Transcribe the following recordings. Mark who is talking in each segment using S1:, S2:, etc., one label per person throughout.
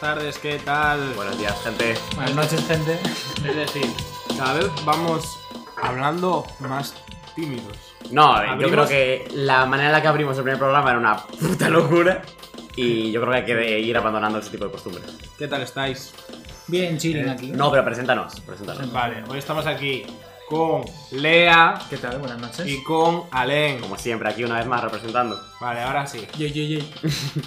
S1: tardes, ¿qué tal?
S2: Buenos días, gente.
S3: Buenas noches, gente.
S4: Es decir,
S1: Cada vez vamos hablando más tímidos.
S2: No, yo creo
S1: Abrimos-
S2: que la manera en la que abrimos el primer programa era una puta locura. Y yo creo que hay que ir abandonando ese tipo de costumbres.
S1: ¿Qué tal estáis?
S3: Bien chilling aquí.
S2: No, pero preséntanos, preséntanos.
S1: Vale, hoy estamos aquí con Lea
S3: ¿Qué tal? Buenas noches.
S1: y con Alen.
S2: Como siempre, aquí una vez más representando.
S1: Vale, ahora sí.
S3: Yo, yo, yo.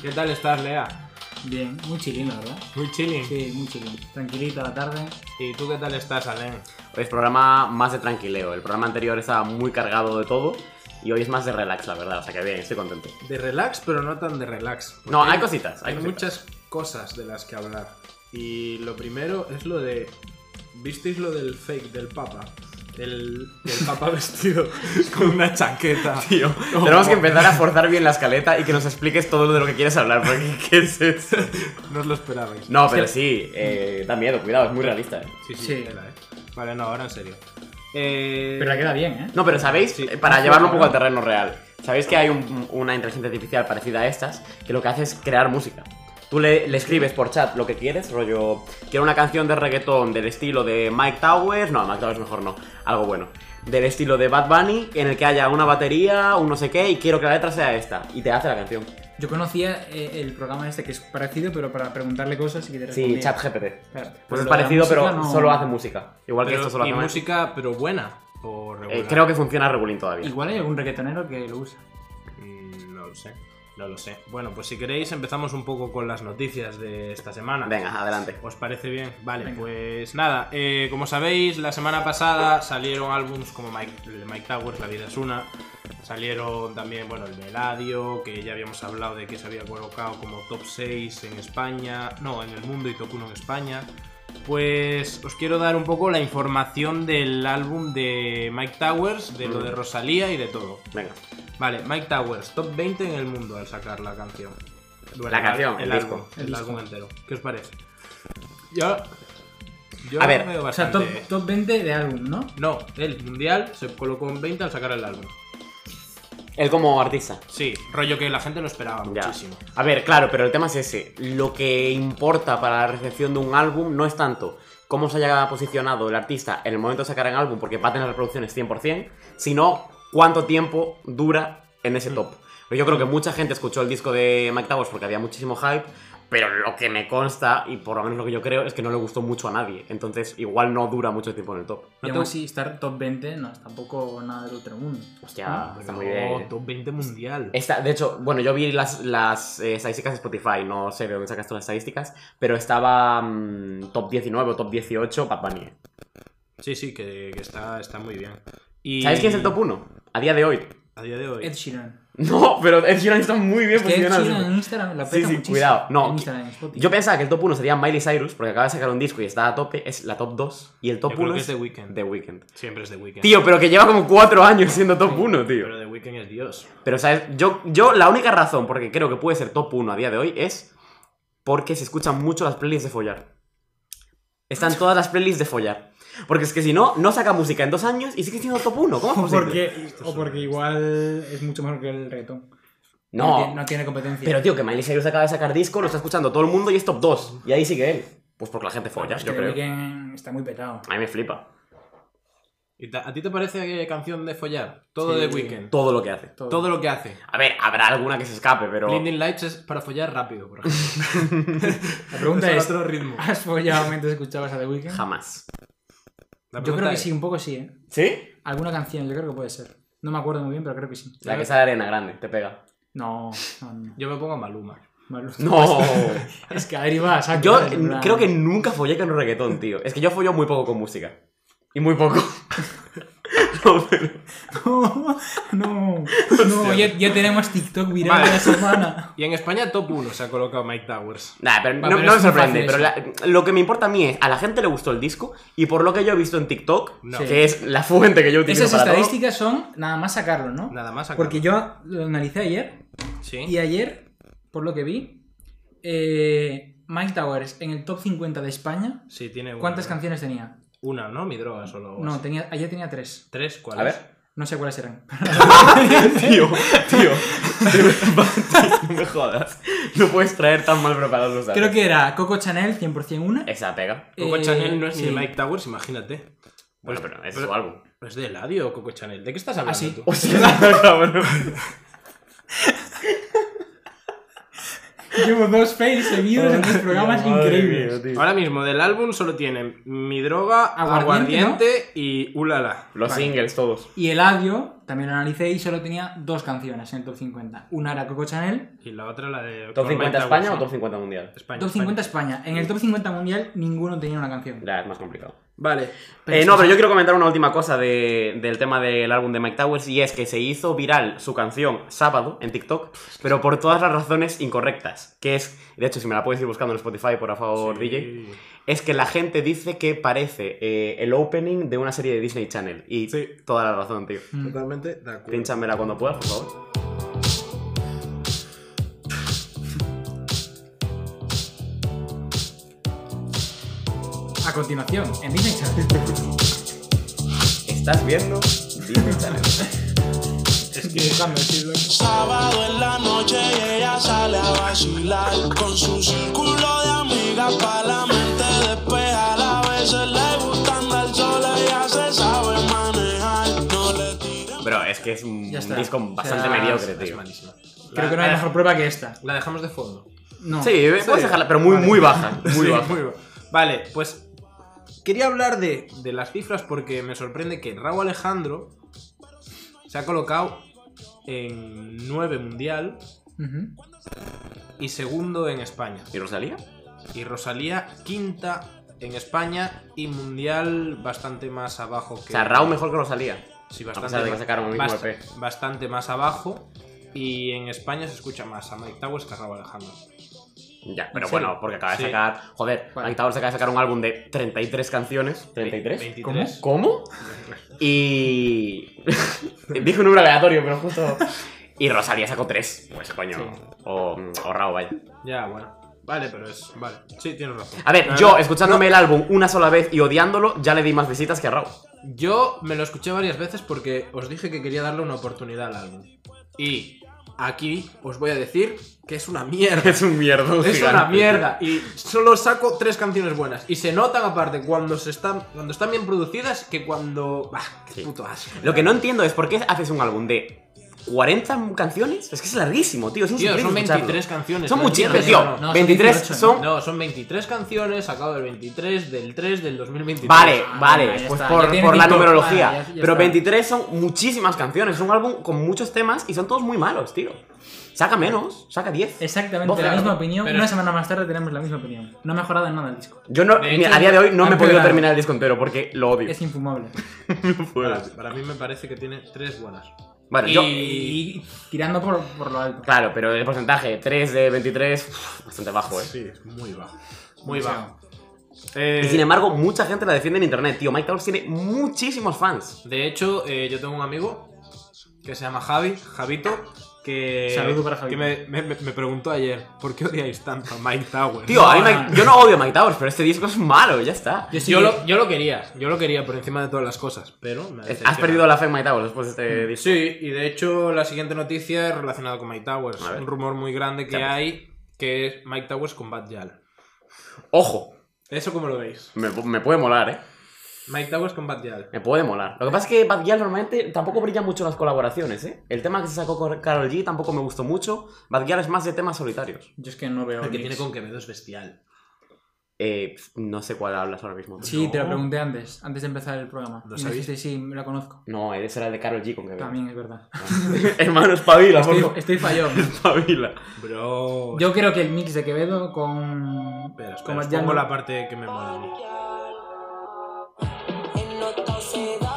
S1: ¿Qué tal estás, Lea?
S3: Bien, muy chilling, la verdad.
S1: Muy chilling.
S3: Sí, muy chilling. Tranquilita la tarde.
S1: ¿Y tú qué tal estás, Alen?
S2: Hoy es programa más de tranquileo. El programa anterior estaba muy cargado de todo. Y hoy es más de relax, la verdad. O sea que bien, estoy contento.
S1: De relax, pero no tan de relax.
S2: No, hay cositas, hay
S1: Hay
S2: cositas.
S1: muchas cosas de las que hablar. Y lo primero es lo de. ¿Visteis lo del fake del Papa? El, el Papa vestido con una chaqueta.
S2: Tío, tenemos que empezar a forzar bien la escaleta y que nos expliques todo lo de lo que quieres hablar, porque ¿qué es eso?
S1: No os lo esperabais.
S2: No, pero sí, eh, da miedo, cuidado, es muy realista. eh.
S1: Sí, sí,
S3: Sí.
S1: tela, eh. Vale, no, ahora en serio. Eh,
S3: Pero la queda bien, ¿eh?
S2: No, pero ¿sabéis?
S1: Sí.
S2: Eh, Para llevarlo un poco al terreno real, ¿sabéis que hay un- una inteligencia artificial parecida a estas que lo que hace es crear música? Tú le, le escribes por chat lo que quieres, rollo, quiero una canción de reggaetón del estilo de Mike Towers, no, Mike Towers mejor no, algo bueno, del estilo de Bad Bunny, en el que haya una batería, un no sé qué, y quiero que la letra sea esta, y te hace la canción.
S3: Yo conocía eh, el programa este que es parecido, pero para preguntarle cosas y que te
S2: Sí,
S3: respondía.
S2: chat GPT. Pues
S3: Claro. Pero
S2: es
S3: lo de la
S2: parecido, pero
S3: música no-
S2: solo hace música. Igual que
S1: pero-
S2: esto solo
S1: y
S2: hace música.
S1: música, pero buena. O regular.
S2: creo que funciona regulín todavía.
S3: Igual hay algún reggaetonero que lo usa.
S1: Mm, No lo sé. No lo sé. Bueno, pues si queréis, empezamos un poco con las noticias de esta semana.
S2: Venga, adelante.
S1: ¿Os parece bien? Vale,
S3: Venga.
S1: pues nada, eh, como sabéis, la semana pasada salieron álbums como Mike, el de Mike Towers, La vida es una, salieron también, bueno, el de Eladio, que ya habíamos hablado de que se había colocado como top 6 en España, no, en el mundo y top 1 en España. Pues os quiero dar un poco la información del álbum de Mike Towers, de lo de Rosalía y de todo.
S2: Venga.
S1: Vale, Mike Towers, top 20 en el mundo al sacar la canción. Bueno,
S2: La canción, el
S1: álbum,
S2: disco.
S1: El,
S3: El
S1: álbum
S3: disco.
S1: entero. ¿Qué os parece? Yo, yo
S2: A ver,
S1: veo
S3: O sea,
S1: bastante...
S3: top, top 20 de álbum, ¿no?
S1: No, el mundial se colocó en 20 al sacar el álbum.
S2: Él como artista.
S1: Sí, rollo que la gente lo esperaba
S2: Ya.
S1: muchísimo.
S2: A ver, claro, pero el tema es ese. Lo que importa para la recepción de un álbum no es tanto cómo se haya posicionado el artista en el momento de sacar el álbum, porque va a tener reproducciones 100%, sino cuánto tiempo dura en ese top. Yo creo que mucha gente escuchó el disco de Mike Towers porque había muchísimo hype, pero lo que me consta, y por lo menos lo que yo creo, es que no le gustó mucho a nadie. Entonces, igual no dura mucho tiempo en el top.
S3: Y
S1: No
S3: aún
S1: tengo-
S3: así, estar top 20 no es tampoco nada del otro mundo.
S2: Hostia, Ah, está muy
S1: No,
S2: bien.
S1: Ah,
S2: eh.
S1: top 20 mundial.
S2: Esta- de hecho, bueno, yo vi las, las eh, estadísticas de Spotify, no sé de dónde sacas tú las estadísticas, pero estaba mm, top 19 o top 18 Bad Bunny. ¿eh?
S1: Sí, sí, que, que está, está muy bien. Y...
S2: ¿Sabéis quién es el top 1? A día de hoy.
S1: A día de hoy.
S3: Ed Sheeran.
S2: No, pero Ed Sheeran está muy bien
S3: Es que Ed
S2: posicionado.
S3: Sheeran en Instagram la
S2: Sí,
S3: peta
S2: sí,
S3: muchísimo.
S2: cuidado. No,
S3: En Instagram, en Spotify.
S2: Yo pensaba que el top 1 sería Miley Cyrus, porque acaba de sacar un disco y está a tope, es la top 2. Y el top
S1: Yo creo
S2: 1
S1: que
S2: es,
S1: es The Weeknd.
S2: The Weeknd.
S1: Siempre es The Weeknd.
S2: Tío, pero que lleva como 4 años siendo top 1, tío.
S1: Pero The Weeknd es Dios.
S2: Pero, ¿sabes? Yo, yo la única razón por que creo que puede ser top 1 a día de hoy es porque se escuchan mucho las playlists de follar. Están todas las playlists de follar. Porque es que si no, no saca música en dos años y sigue siendo top 1. ¿Cómo es
S3: O
S2: posible?
S3: porque, o porque igual es mucho mejor que el reto.
S2: No.
S3: tiene, no tiene competencia.
S2: Pero, tío, que Miley Cyrus acaba de sacar disco, lo está escuchando todo el mundo y es top 2. Y ahí sigue él. Pues porque la gente folla,
S3: Es
S2: yo
S3: que
S2: creo.
S3: Weeknd está muy petado.
S2: A mí me flipa.
S1: ¿Y ta- ¿A ti te parece eh, canción de follar? Todo
S3: Sí,
S1: de Weeknd.
S2: Todo lo que hace.
S3: Todo.
S1: Todo lo que hace.
S2: A ver, habrá alguna que se escape, pero...
S1: Blinding Lights es para follar rápido, por ejemplo.
S3: La pregunta
S1: Es
S3: es,
S1: otro ritmo.
S3: ¿has follado mientras escuchabas a The Weeknd?
S2: Jamás.
S1: La
S3: Yo
S1: pregunta
S3: creo que
S1: es,
S3: sí, un poco sí, ¿eh?
S2: ¿Sí?
S3: Alguna canción, yo creo que puede ser. No me acuerdo muy bien, pero creo que sí.
S2: La que sale arena grande, te pega.
S3: No, no, no.
S1: Yo me pongo a Maluma.
S3: Mal-
S2: No.
S3: Es que Adri va a saco,
S2: Yo
S3: ¿sabes? En plan-
S2: creo que nunca follé con reggaetón, tío. Es que yo follo muy poco con música. Y muy poco. No, pero-
S3: No, no, no, ya, ya tenemos TikTok viral
S1: Vale.
S3: de la semana.
S1: Y en España top 1 se ha colocado Mike Towers.
S2: Nah, pero
S3: Va,
S2: no,
S3: pero
S2: no
S3: es
S2: me
S3: muy
S2: sorprende. Pero
S3: fácil
S2: la- lo que me importa a mí es, a la gente le gustó el disco y por lo que yo he visto en TikTok,
S1: No.
S2: que es la fuente que yo utilizo
S3: Esas
S2: para todo,
S3: estadísticas son nada más sacarlo, ¿no?
S1: Nada más acá.
S3: Porque yo lo analicé ayer
S1: Sí.
S3: Y ayer, por lo que vi, eh, Mike Towers en el top 50 de España,
S1: Sí, tiene una.
S3: ¿cuántas
S1: ¿no?
S3: canciones tenía?
S1: Una, ¿no? Mi droga solo.
S3: No, tenía, ayer tenía tres.
S1: ¿Tres? ¿Cuál
S2: A
S1: es?
S2: ver.
S3: No sé cuáles eran. ¿eh?
S2: tío, tío. de verdad, tío, no me jodas. No puedes traer tan mal preparados los datos.
S3: Creo que era Coco Chanel 100% una.
S2: Esa pega.
S1: Coco
S3: Eh,
S1: Chanel no es ni de
S3: sí.
S1: Mike Towers, imagínate. Pues-
S2: Bueno, pero es su álbum.
S1: ¿Es de Eladio o Coco Chanel? ¿De qué estás hablando
S3: Ah, sí.
S1: tú?
S2: O sea, cabrón.
S3: Llevo dos fails seguidos en dos programas increíbles.
S1: Ahora mismo, del álbum solo tienen Mi Droga, Aguardiente,
S3: Aguardiente,
S1: y Ulala.
S2: Los
S3: Vale.
S2: singles todos.
S3: Y Eladio, también lo analicé y solo tenía dos canciones en el top 50. Una era Coco Chanel,
S1: Y la otra la de...
S2: ¿Top
S1: con Mike
S2: 50
S1: Towers,
S2: España o
S1: ¿no?
S2: top 50 mundial?
S1: España,
S3: top 50
S1: España. Eh,
S3: España. En el top 50 mundial ninguno tenía una canción.
S2: Ya, es más complicado.
S1: Vale.
S2: Eh, no, pero yo quiero comentar una última cosa de- del tema del álbum de Mike Towers y es que se hizo viral su canción Sábado en TikTok, pero por todas las razones incorrectas. Que es, de hecho, si me la puedes ir buscando en Spotify, por favor,
S1: Sí.
S2: DJ, es que la gente dice que parece eh, el opening de una serie de Disney Channel. Y
S1: Sí.
S2: toda la razón, tío.
S3: Mm.
S1: Totalmente de acuerdo.
S2: Pínchamela cuando puedas, por favor.
S3: A continuación, en Disney Channel.
S2: ¿Estás viendo Disney Channel?
S3: Dibujando, sí, loco.
S4: Sábado en la noche y ella sale a vacilar con su círculo de amigas para la mente despejar. A veces le gustan dar sola, ella se sabe manejar. No le tira.
S2: Pero es que es un
S3: Ya está.
S2: disco
S1: Ah,
S2: bastante
S3: O sea,
S2: mediocre,
S1: Es
S2: tío.
S1: malísima.
S3: Creo
S1: La-
S3: que no hay
S1: la-
S3: mejor prueba que esta.
S1: La dejamos de fondo.
S3: No.
S2: Sí, puedes dejarla, pero muy, muy baja. Muy
S1: Sí,
S2: baja.
S1: muy baja. Vale, pues quería hablar de, de las cifras porque me sorprende que Raúl Alejandro se ha colocado en 9 mundial
S3: Ujú.
S1: y segundo en España.
S2: ¿Y Rosalía?
S1: Y Rosalía quinta en España y mundial bastante más abajo que...
S2: O sea, Raúl mejor que Rosalía.
S1: Sí,
S2: a pesar
S1: bastante,
S2: de que
S1: más-
S2: sacaron el mismo
S1: bast-
S2: EP.
S1: bastante más abajo. Y en España se escucha más a Mike Towers que a Raúl Alejandro.
S2: Ya, pero
S1: Sí.
S2: bueno, porque acaba de
S1: Sí.
S2: sacar. Joder,
S3: Vale.
S2: Mike Towers acaba de sacar un álbum de 33 canciones.
S1: Ve- 23.
S2: ¿Cómo? Y. Dije un número aleatorio, pero justo. Y Rosalía sacó 3. Pues coño.
S3: Sí.
S2: O, o Raúl, vaya.
S1: Ya, bueno. Vale, pero es... Vale. Sí, tienes razón.
S2: A ver,
S1: La
S2: yo
S1: verdad-
S2: escuchándome el álbum una sola vez y odiándolo, ya le di más visitas que a Raúl.
S1: Yo me lo escuché varias veces porque os dije que quería darle una oportunidad al álbum. Y aquí os voy a decir que es una mierda.
S2: Es un mierda.
S1: Es una mierda. Y solo saco tres canciones buenas. Y se notan aparte cuando se están. Cuando están bien producidas que cuando. Bah, qué
S2: Sí.
S1: puto asco.
S2: Lo que no entiendo es por qué haces un álbum de 40 canciones. Es que es larguísimo, tío. Es
S1: Tío,
S2: insufrible
S1: son
S2: escucharlo.
S1: 23 canciones.
S2: Son
S1: no
S2: muchísimas,
S1: entiendo,
S2: tío.
S1: no, no.
S3: son
S2: 23
S3: 18,
S2: son.
S1: No, son 23 canciones, sacado del 23, del 3, del 2023.
S2: Vale,
S3: Ah,
S2: vale,
S3: ya
S2: pues
S3: está, ya
S2: por,
S3: tiene
S2: por la
S3: TikTok,
S2: numerología.
S3: vale, ya- ya
S2: pero
S3: está.
S2: 23 son muchísimas canciones. Es un álbum con muchos temas y son todos muy malos, tío. Saca menos, saca 10.
S3: Exactamente
S2: Doce,
S3: la misma
S2: claro.
S3: opinión.
S1: Pero-
S3: Una semana más tarde tenemos la misma opinión. No ha mejorado en nada el disco.
S2: Yo no,
S1: De
S2: mira,
S1: hecho,
S2: a día de hoy no
S3: han
S2: me he podido
S3: pegado.
S2: terminar el disco entero porque lo odio.
S3: Es infumable.
S1: Para, para mí me parece que tiene tres buenas.
S2: Bueno,
S1: Y-
S2: yo.
S3: Y tirando por, por lo alto.
S2: Claro, pero el porcentaje 3 de 23, uf, bastante bajo, eh.
S1: Sí, muy bajo. Muy
S3: Demasiado.
S1: bajo. Eh,
S2: Y sin embargo, mucha gente la defiende en internet, tío. Mike Towers tiene muchísimos fans.
S1: De hecho, eh, yo tengo un amigo que se llama Javi, Javito, que,
S3: Saludo para Javito.
S1: que me, me- me- me preguntó ayer, ¿por qué odiáis tanto a Mike Towers?
S2: Tío, a mí
S3: no,
S2: Mike-
S3: no.
S2: yo no odio a Mike Towers, pero este disco es malo, ya está.
S3: Yo sí
S1: yo,
S3: que-
S1: lo, yo lo quería, yo lo quería por encima de todas las cosas, pero... me ha
S2: Eh, Has
S1: decepcionado.
S2: perdido la fe en Mike Towers después de este
S3: Mm.
S2: disco.
S1: Sí, y de hecho la siguiente noticia es relacionada con Mike Towers.
S2: A ver.
S1: Un rumor muy grande que
S2: Chamos.
S1: hay que es Mike Towers con Bad Yal.
S2: Ojo,
S1: ¿Eso cómo lo veis?
S2: me, me puede molar, eh.
S1: Mike Towers con Bad Yal.
S2: Me puede molar. Lo que pasa es que Bad Gyal normalmente tampoco brilla mucho en las colaboraciones, ¿eh? El tema que se sacó con Carol G tampoco me gustó mucho. Bad Gyal es más de temas solitarios.
S3: Yo es que no veo.
S1: El que
S3: mix.
S1: tiene con Quevedo es bestial.
S2: Eh, pf, no sé cuál hablas ahora mismo.
S3: Sí, te
S1: No.
S3: lo pregunté antes, antes de empezar el programa.
S1: ¿Lo
S3: Y me
S1: sabéis?
S3: dijiste, sí, me la conozco.
S2: No, ese era el de Carol G con que
S3: También es verdad.
S2: Hermano, espabila, por
S3: Estoy,
S2: favor.
S3: estoy fallón.
S2: Espabila.
S1: Bro...
S3: Yo creo que el mix de Quevedo con.
S1: Espera, espera,
S3: con
S1: os
S3: Bad
S1: pongo
S3: Gyal-
S1: la parte que me mola a mí.
S4: En nota se da,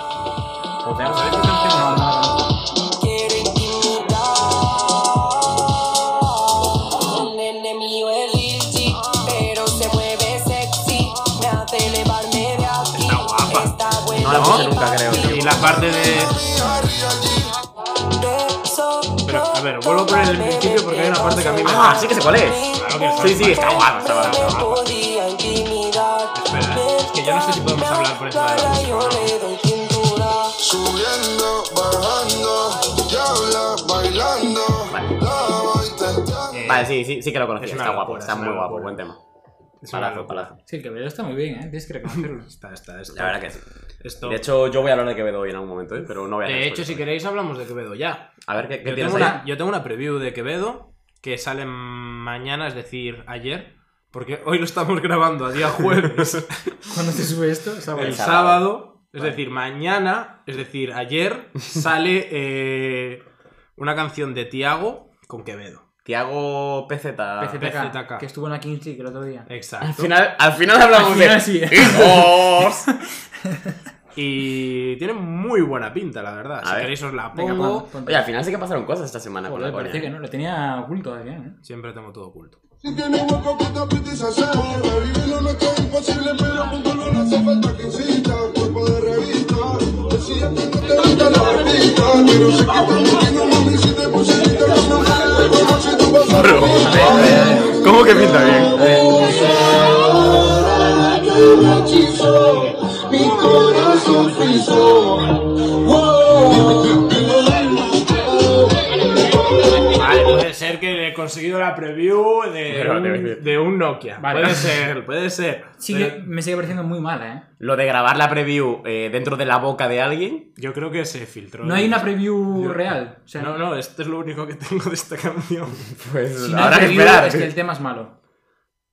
S2: Joder,
S1: ¿Sabéis qué canción
S3: No, no, no.
S4: quiere intimidar. El nene mío es Lizzy, pero se mueve sexy. Me hace elevarme de aquí.
S1: Está guapa.
S4: Está buena
S2: No la puse
S4: mi
S2: nunca, creo,
S4: papi.
S2: tío.
S1: Y la parte de. Pero, a ver, vuelvo a poner el principio porque hay una parte que a mí me.
S2: Ah, sí que sé cuál es.
S1: Claro que
S2: Sí, sí, está guapa, está guapa. está guapa.
S1: Espera, es que yo no sé si podemos hablar por encima de la música.
S4: Subiendo, bajando.
S1: Eh,
S2: Vale, sí, sí, sí que lo conocí.
S1: Es una
S2: Está guapo,
S1: locura,
S2: está
S1: es una
S2: muy guapo,
S1: locura.
S2: buen tema.
S1: Es una
S2: Palazo,
S1: locura.
S2: palazo.
S3: Sí, el Quevedo está muy bien, ¿eh? Tienes que reconocerlo.
S1: Está, está, está.
S2: La verdad que sí.
S1: Esto-
S2: De hecho, yo voy a hablar de Quevedo hoy en algún momento, ¿eh? pero no voy a
S1: de
S2: hacer
S1: hecho,
S2: spoilers.
S1: si queréis, hablamos de Quevedo ya.
S2: A ver, ¿qué, qué
S1: Yo
S2: tienes
S1: tengo,
S2: ahí?
S1: una, yo tengo una preview de Quevedo que sale mañana, es decir, ayer, porque hoy lo estamos grabando a día jueves,
S3: Cuando se sube esto, está
S1: el
S3: bueno.
S1: sábado, es decir, mañana, es decir, ayer, sale eh, una canción de Tiago con Quevedo.
S2: Tiago PZ.
S1: PZK.
S3: PCTK, que estuvo en la Kings League el otro día.
S2: Al
S1: Exacto.
S2: final, al final hablamos
S3: Al final
S2: de.
S3: sí.
S2: ¡Hijos!
S1: Y tiene muy buena pinta, la verdad.
S2: A
S1: si
S2: ver.
S1: queréis os la
S3: Venga,
S1: pongo.
S3: pon- ponte.
S2: Oye, al final sí que pasaron cosas esta semana con
S3: Joder,
S2: la
S3: parecía
S2: coña.
S3: que no, lo tenía oculto Adrián, ¿eh?
S1: Siempre tengo todo oculto.
S5: Si tiene hueco, puta, piti, sasá. Revivirlo no está imposible, pero con dolor hace falta que insista. Cuerpo de revista. El siguiente no te gusta la barbita. Pero sé que estás metiendo, mami, si te puse el interno, te como si tú vas a
S2: ¿Cómo que pinta bien?
S5: Mi corazón frisó. Oh.
S1: Vale, puede ser que he conseguido la preview de,
S2: Pero, tío, tío.
S1: un, de un Nokia.
S3: Vale.
S1: Puede ser, puede ser.
S3: Sigue-
S1: Pero
S3: me sigue pareciendo muy mala, ¿eh?
S2: Lo de grabar la preview eh, dentro de la boca de alguien.
S1: Yo creo que se filtró.
S3: No hay una preview
S1: Yo-
S3: real. O sea,
S1: No, no, esto es lo único que tengo de esta canción.
S2: Pues
S3: si no hay
S2: habrá que
S3: preview,
S2: esperar.
S3: Es que el tema es malo.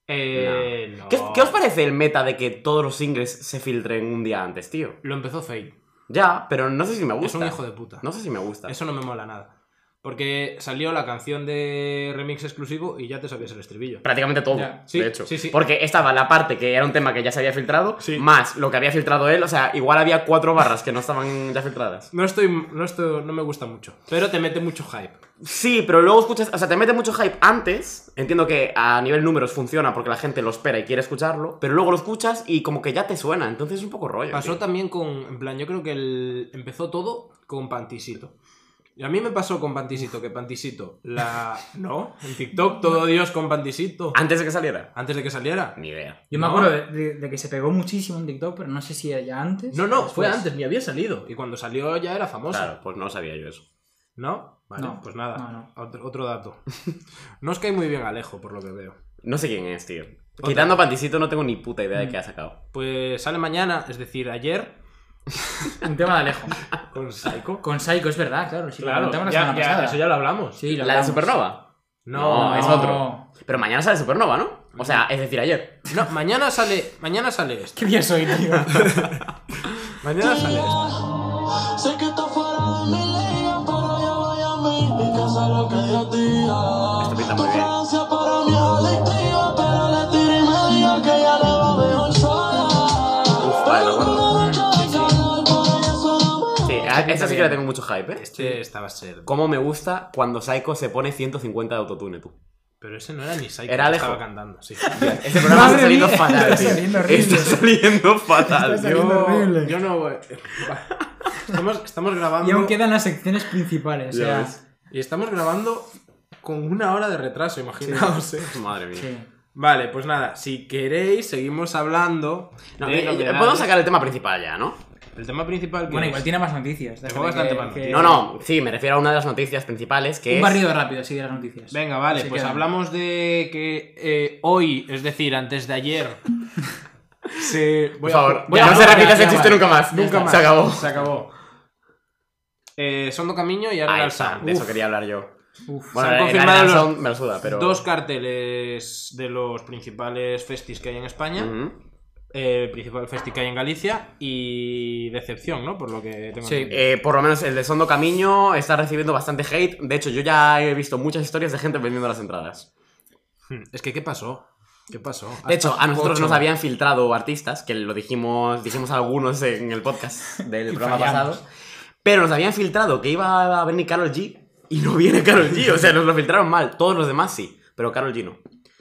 S1: Eh, no.
S2: ¿Qué, qué os parece el meta de que todos los singles se filtren un día antes, tío?
S1: Lo empezó Fade.
S2: Ya, pero no sé si me gusta.
S1: Es un hijo de puta.
S2: No sé si me gusta.
S1: Eso no me mola nada. Porque salió la canción de remix exclusivo y ya te sabías el estribillo.
S2: prácticamente todo,
S3: Ya,
S1: sí,
S2: de hecho.
S1: sí, sí.
S2: Porque estaba la parte que era un tema que ya se había filtrado,
S1: Sí.
S2: más lo que había filtrado él, o sea, igual había cuatro barras que no estaban ya filtradas.
S1: No estoy, no estoy, no me gusta mucho. Pero te mete mucho hype.
S2: Sí, pero luego escuchas, o sea, te mete mucho hype antes, entiendo que a nivel números funciona porque la gente lo espera y quiere escucharlo, pero luego lo escuchas y como que ya te suena, entonces es un poco rollo.
S1: Pasó
S2: tío.
S1: también con, en plan, yo creo que el- empezó todo con Pantisito. Y a mí me pasó con Pantisito, que Pantisito, la... ¿No? En TikTok, todo Dios con Pantisito.
S2: Antes de que saliera.
S1: Antes de que saliera.
S2: Ni idea.
S3: Yo
S1: No.
S3: me acuerdo de, de- de que se pegó muchísimo en TikTok, pero no sé si era ya antes.
S1: No, no,
S3: o
S1: fue
S3: después.
S1: antes, ni había salido. Y cuando salió ya era famosa.
S2: Pues. Claro, pues no sabía yo eso.
S1: ¿No? Vale,
S3: No,
S1: pues nada.
S3: no, no.
S1: Otro, otro dato. No os cae muy bien Alejo, por lo que veo.
S2: No sé quién es, tío.
S1: Otra.
S2: Quitando a Pantisito no tengo ni puta idea de
S3: Mm.
S2: qué ha sacado.
S1: Pues sale mañana, es decir, ayer,
S3: Un tema de Alejo.
S1: con Psycho.
S3: Con Psycho, es verdad, claro. Si lo
S1: Claro,
S3: comentamos la
S1: ya,
S3: semana
S1: ya,
S3: pasada.
S1: eso ya lo hablamos.
S3: Sí,
S2: ¿La
S3: lo
S2: de
S3: hablamos.
S2: Supernova?
S1: No,
S2: No, es otro. Pero mañana sale Supernova, ¿no? O sea, es decir, ayer.
S1: No, mañana sale, mañana sale esto.
S3: ¿Qué día soy, tío?
S1: Mañana sale esto.
S5: Sé que está fuera de mi liga, pero yo voy a mí, mi casa lo que yo diga.
S2: Esto pinta
S5: Tu
S2: muy bien.
S5: fragancia para mí es adictiva, pero le tiré y me dijo que ya le va mejor sola.
S2: Uf, vale, lo guardo.
S5: Una noche de calor, por eso no me
S2: Sí, a- esa sí que le tengo mucho hype, ¿eh?
S1: Este estaba a ser.
S2: Cómo me gusta cuando Psycho se pone 150 de autotune, tú.
S1: Pero ese no era ni Psycho.
S2: Era
S1: que
S2: Alejo.
S1: Estaba cantando, sí.
S2: Este programa
S3: Madre
S2: está saliendo
S3: mía,
S2: fatal,
S3: está
S2: tío.
S3: saliendo horrible.
S2: Está saliendo fatal,
S3: Está
S2: tío.
S3: saliendo horrible.
S1: Yo no. voy- Estamos, estamos grabando.
S3: Y aún quedan las secciones principales. o
S2: Ya
S3: sea,
S2: ves.
S1: Y estamos grabando con una hora de retraso, imaginaos. eh.
S2: Madre mía.
S3: sí.
S1: Vale, pues nada, si queréis, seguimos hablando.
S2: No,
S1: de
S2: eh, eh,
S1: novedades.
S2: podemos sacar el tema principal ya, ¿no?
S1: El tema principal que.
S3: Bueno,
S1: es-
S3: igual tiene más noticias. déjame
S1: Tengo bastante más noticias.
S2: No, no, sí, me refiero a una de las noticias principales que
S3: Un
S2: es...
S3: barrido rápido, sí, de las noticias.
S1: Venga, vale,
S3: Sí,
S1: pues
S3: quedan.
S1: hablamos de que eh, hoy, es decir, antes de ayer. se.
S2: Por
S1: voy a-
S2: favor,
S1: voy a-
S2: no se
S1: ya,
S2: repita
S1: ya,
S2: ese
S1: ya,
S2: chiste
S1: vale.
S2: nunca más.
S1: Nunca más.
S2: Se acabó.
S1: Se acabó. Eh, Sondo Camiño y Aaron
S2: Ahí está,
S1: Alzán.
S2: de
S1: Uf.
S2: eso quería hablar yo.
S3: Uf.
S2: Bueno,
S1: han
S2: el- el
S1: confirmado
S2: Iron
S1: los
S2: Sound me lo suda, pero...
S1: Dos carteles de los principales festis que hay en España.
S2: Ujú.
S1: eh, el principal festi que hay en Galicia. Y decepción, ¿no? Por lo que tengo
S3: Sí.
S1: entendido.
S2: Eh, por lo menos el de Sondo Camiño está recibiendo bastante hate. De hecho, yo ya he visto muchas historias de gente vendiendo las entradas. Eh.
S1: Hmm, Es que, ¿qué pasó? ¿Qué pasó?
S2: De hecho, a nosotros
S1: Ocho.
S2: nos habían filtrado artistas, que lo dijimos, dijimos algunos en el podcast del programa
S3: fallamos.
S2: pasado. Pero nos habían filtrado que iba a venir Carol G y no viene Carol G. O sea, nos lo filtraron mal. Todos los demás sí, pero Carol G no.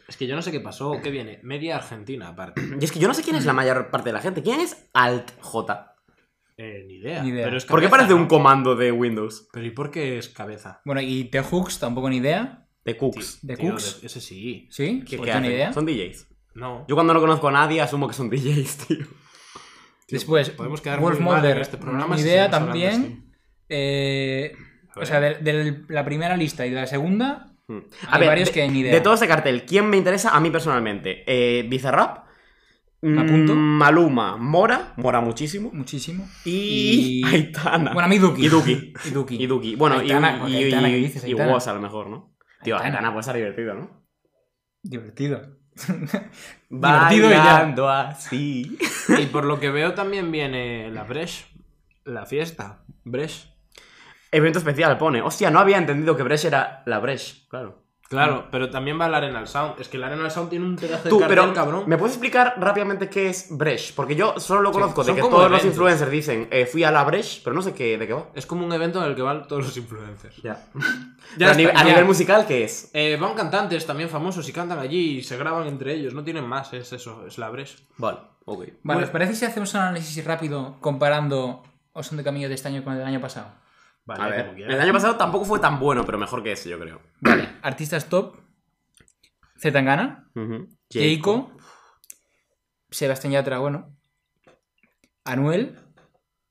S1: Es que yo no sé qué pasó. ¿Qué viene? Media Argentina, aparte.
S2: Y es que yo no sé quién es la mayor parte de la gente. ¿Quién es Alt J?
S1: Eh, ni, idea.
S3: Ni idea.
S1: Pero es
S2: ¿Por qué
S1: cabeza,
S2: parece
S1: ¿no?
S2: un comando de Windows?
S1: Pero ¿y por qué es cabeza?
S3: Bueno, y The Hooks, tampoco ni idea.
S2: De Cooks.
S3: ¿De
S1: Tío,
S3: Cooks?
S1: de- Ese sí.
S3: ¿Sí?
S2: ¿Qué-
S3: Pues
S2: qué
S3: yo ni
S2: hacen?
S3: idea.
S2: Son DJs.
S1: No.
S2: Yo cuando no conozco a nadie asumo que son DJs, tío.
S1: pues
S3: Después,
S1: podemos quedar
S3: Wolf
S1: muy mal
S3: Mulder,
S1: en este programa
S3: ni
S1: si
S3: idea
S1: seguimos hablando
S3: también. Eh, o
S1: Joder.
S3: sea, de, de la primera lista y de la segunda,
S2: Hmm.
S3: Hay varios
S2: de,
S3: que ni idea.
S2: De todo ese cartel, ¿quién me interesa a mí personalmente? Eh, Bizarrap.
S3: Me apunto.
S2: mm, Maluma, Mora, Mora muchísimo.
S3: Muchísimo.
S2: Y,
S3: Y-
S2: Aitana.
S3: Bueno, a mí Duki.
S2: Y Duki.
S3: Y Duki.
S2: Y Duki. Bueno, y-
S3: Aitana,
S2: y,
S3: porque
S2: y,
S3: Aitana, ¿qué dices?
S2: y
S3: Aitana.
S2: Woz a lo mejor, ¿no? Tío,
S3: Aitana.
S2: Aitana puede ser divertido, ¿no?
S3: Divertido. Divertido y ya.
S2: Bailando así.
S1: Y por lo que veo también viene la Bresh. La fiesta. Bresh.
S2: Evento especial, pone. Hostia, no había entendido que Bresh era la Bresh, claro.
S1: Claro, pero también va la Arenal Sound. Es que la Arenal Sound tiene un pedazo de
S2: Mm. Tú,
S1: cartel,
S2: pero
S1: cabrón.
S2: ¿me puedes explicar rápidamente qué es Bresh? Porque yo solo lo conozco de
S1: son
S2: que
S1: como
S2: todos los
S1: eventos.
S2: influencers dicen eh, fui a la Bresh, pero no sé qué, de qué va.
S1: Es como un evento en el que van todos los influencers.
S2: Ya.
S1: Ya
S2: Pero a,
S1: está,
S2: nivel, a
S1: ya.
S2: nivel musical, ¿qué es?
S1: Eh, van cantantes también famosos y cantan allí y se graban entre ellos. No tienen más, es eso, es la Bresh.
S2: Vale, ok.
S3: Vale,
S1: Bueno.
S3: ¿os parece si hacemos un análisis rápido comparando o son de camino de este año con el del año pasado?
S1: Vale,
S2: a ver,
S1: como quieras.
S2: el año pasado tampoco fue tan bueno, pero mejor que ese, yo creo.
S3: Artistas top. Zetangana. Keiko. Sebastián Yatra, bueno. Anuel.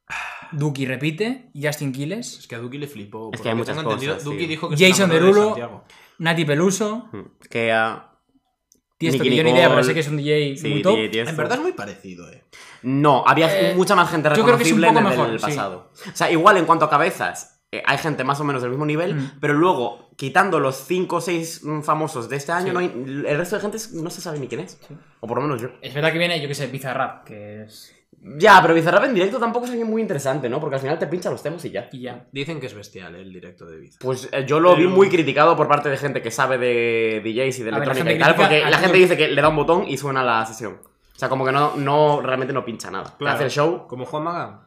S1: Ah.
S3: Duki repite. Justin Quiles.
S1: Es que a Duki le flipó.
S2: Es
S1: por
S2: que hay
S1: lo
S2: muchas
S1: tengo entendido,
S2: cosas,
S1: Duki
S2: tío.
S1: dijo que
S3: Jason
S1: se enamoró de
S3: Derulo.
S1: Santiago.
S3: Nati Peluso. este
S2: Que a...
S3: Tiesto,
S2: Nicki
S3: que yo ni
S2: Nicole.
S3: idea, pero sé que es un DJ
S2: Sí,
S3: muy top.
S2: tiene- tiene
S1: En
S2: esto.
S1: verdad es muy parecido, eh.
S2: No, había
S3: Eh,
S2: mucha más gente
S3: yo creo que es un
S2: reconocible en
S3: poco
S2: el del
S3: mejor, sí.
S2: pasado. O sea, igual en cuanto a cabezas, eh, hay gente más o menos del mismo nivel,
S3: Mm.
S2: pero luego, quitando los 5 o 6 famosos de este año,
S3: Sí.
S2: no hay- el resto de gente es- no se sabe ni quién es.
S3: Sí.
S2: O por lo menos yo.
S3: Es verdad que viene, yo que sé, Bizarrap, que es.
S2: Ya, pero Bizarrap en directo tampoco es alguien muy interesante, ¿no? Porque al final te pincha los temas y ya.
S3: Y ya.
S1: Dicen que es bestial eh, el directo de Biz.
S2: Pues eh, yo lo vi
S1: Pero-
S2: muy criticado por parte de gente que sabe de DJs y de
S3: A ver, la
S2: electrónica
S3: gente
S2: y tal,
S3: critica
S2: porque
S3: a
S2: la gente
S3: todo.
S2: dice que le da un botón y suena la sesión. O sea, como que no, no realmente no pincha nada. Te Hace el show,
S1: Como Juan Magán.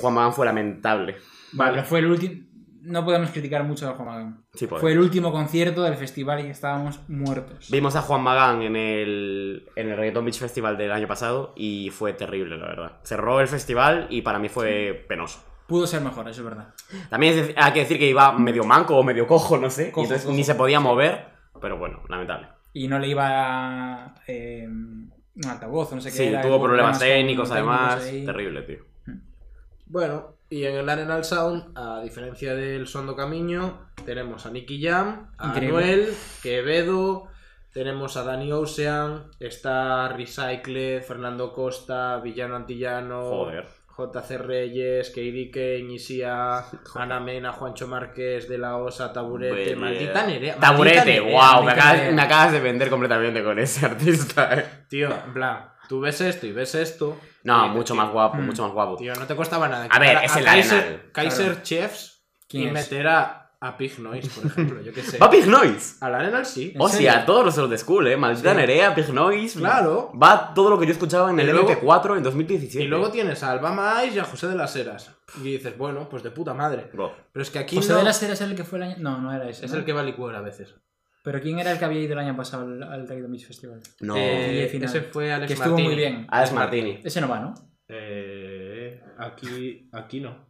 S2: Juan Magán fue lamentable.
S3: Vale, pero fue el último. No podemos criticar mucho a Juan Magán.
S2: Sí, pues.
S3: Fue el último concierto del festival y estábamos muertos.
S2: Vimos a Juan Magán en el, en el Reggaeton Beach Festival del año pasado y fue terrible, la verdad. Cerró el festival y para mí fue penoso.
S3: Pudo ser mejor, eso es verdad.
S2: También es dec- hay que decir que iba medio manco o medio cojo, no sé. y
S3: Cojo,
S2: entonces
S3: cojo.
S2: ni se podía mover, pero bueno, lamentable.
S3: Y no le iba eh, un altavoz, no sé qué.
S2: Sí,
S3: era,
S2: tuvo
S3: y
S2: problemas
S3: con-
S2: técnicos además.
S3: técnicos ahí.
S2: Terrible, tío.
S1: Bueno, y en el Arenal Sound, a diferencia del Sondo Camiño, tenemos a Nicky Jam, a
S3: Increíble.
S1: Noel, Quevedo, tenemos a Dani Ocean, está Recycle, Fernando Costa, Villano Antillano,
S3: Oh,
S2: Joder.
S1: JC Reyes, Katie Kane, Isia, Ana Mena, Juancho Márquez, De La Osa, Taburete,
S2: Hombre,
S3: eh,
S1: maldita Nerea.
S2: Taburete,
S1: maldita Nerea,
S2: wow, me
S1: maldita
S2: acabas,
S1: Nerea.
S2: me acabas de vender completamente con ese artista. eh.
S1: Tío, en plan, tú ves esto y ves esto.
S2: No,
S1: y-
S2: mucho
S1: tío,
S2: más guapo,
S3: Mm.
S2: mucho más guapo.
S1: Tío, no te costaba nada.
S2: A ver,
S1: quitar
S2: es el
S1: Kaiser,
S2: Arenal,
S1: Kaiser
S3: claro.
S1: Chefs
S3: ¿Quién
S1: y
S3: es?
S1: meter a, a Pig Noise, por ejemplo, yo qué sé.
S2: ¡Va Pig Noise!
S1: Al Arenal sí.
S3: ¿En
S2: Hostia,
S3: serio?
S2: Oh, todos los de los de school, eh. Maldita
S1: Sí.
S2: Nerea, Pig Noise.
S1: Claro.
S2: Va todo lo que yo escuchaba en
S1: Y
S2: el
S1: luego-
S2: MP4 en 2017.
S1: Y luego tienes a Albama Ice y a José de las Heras. Y dices, bueno, pues de puta madre.
S2: Bro.
S1: Pero es que aquí
S3: José
S1: no
S3: de las Heras es el que fue el año. No, no era ese.
S1: es
S3: ¿no?
S1: el que va a licuar a veces.
S3: Pero ¿quién era el que había ido el año pasado al, al Taekwondo Beach Festival?
S2: No.
S1: Eh,
S3: Sí, final.
S1: ese fue Alex
S3: Que estuvo
S1: Martini.
S3: muy bien.
S2: Alex Martini.
S3: Ese no va, ¿no?
S1: Eh, aquí, aquí no.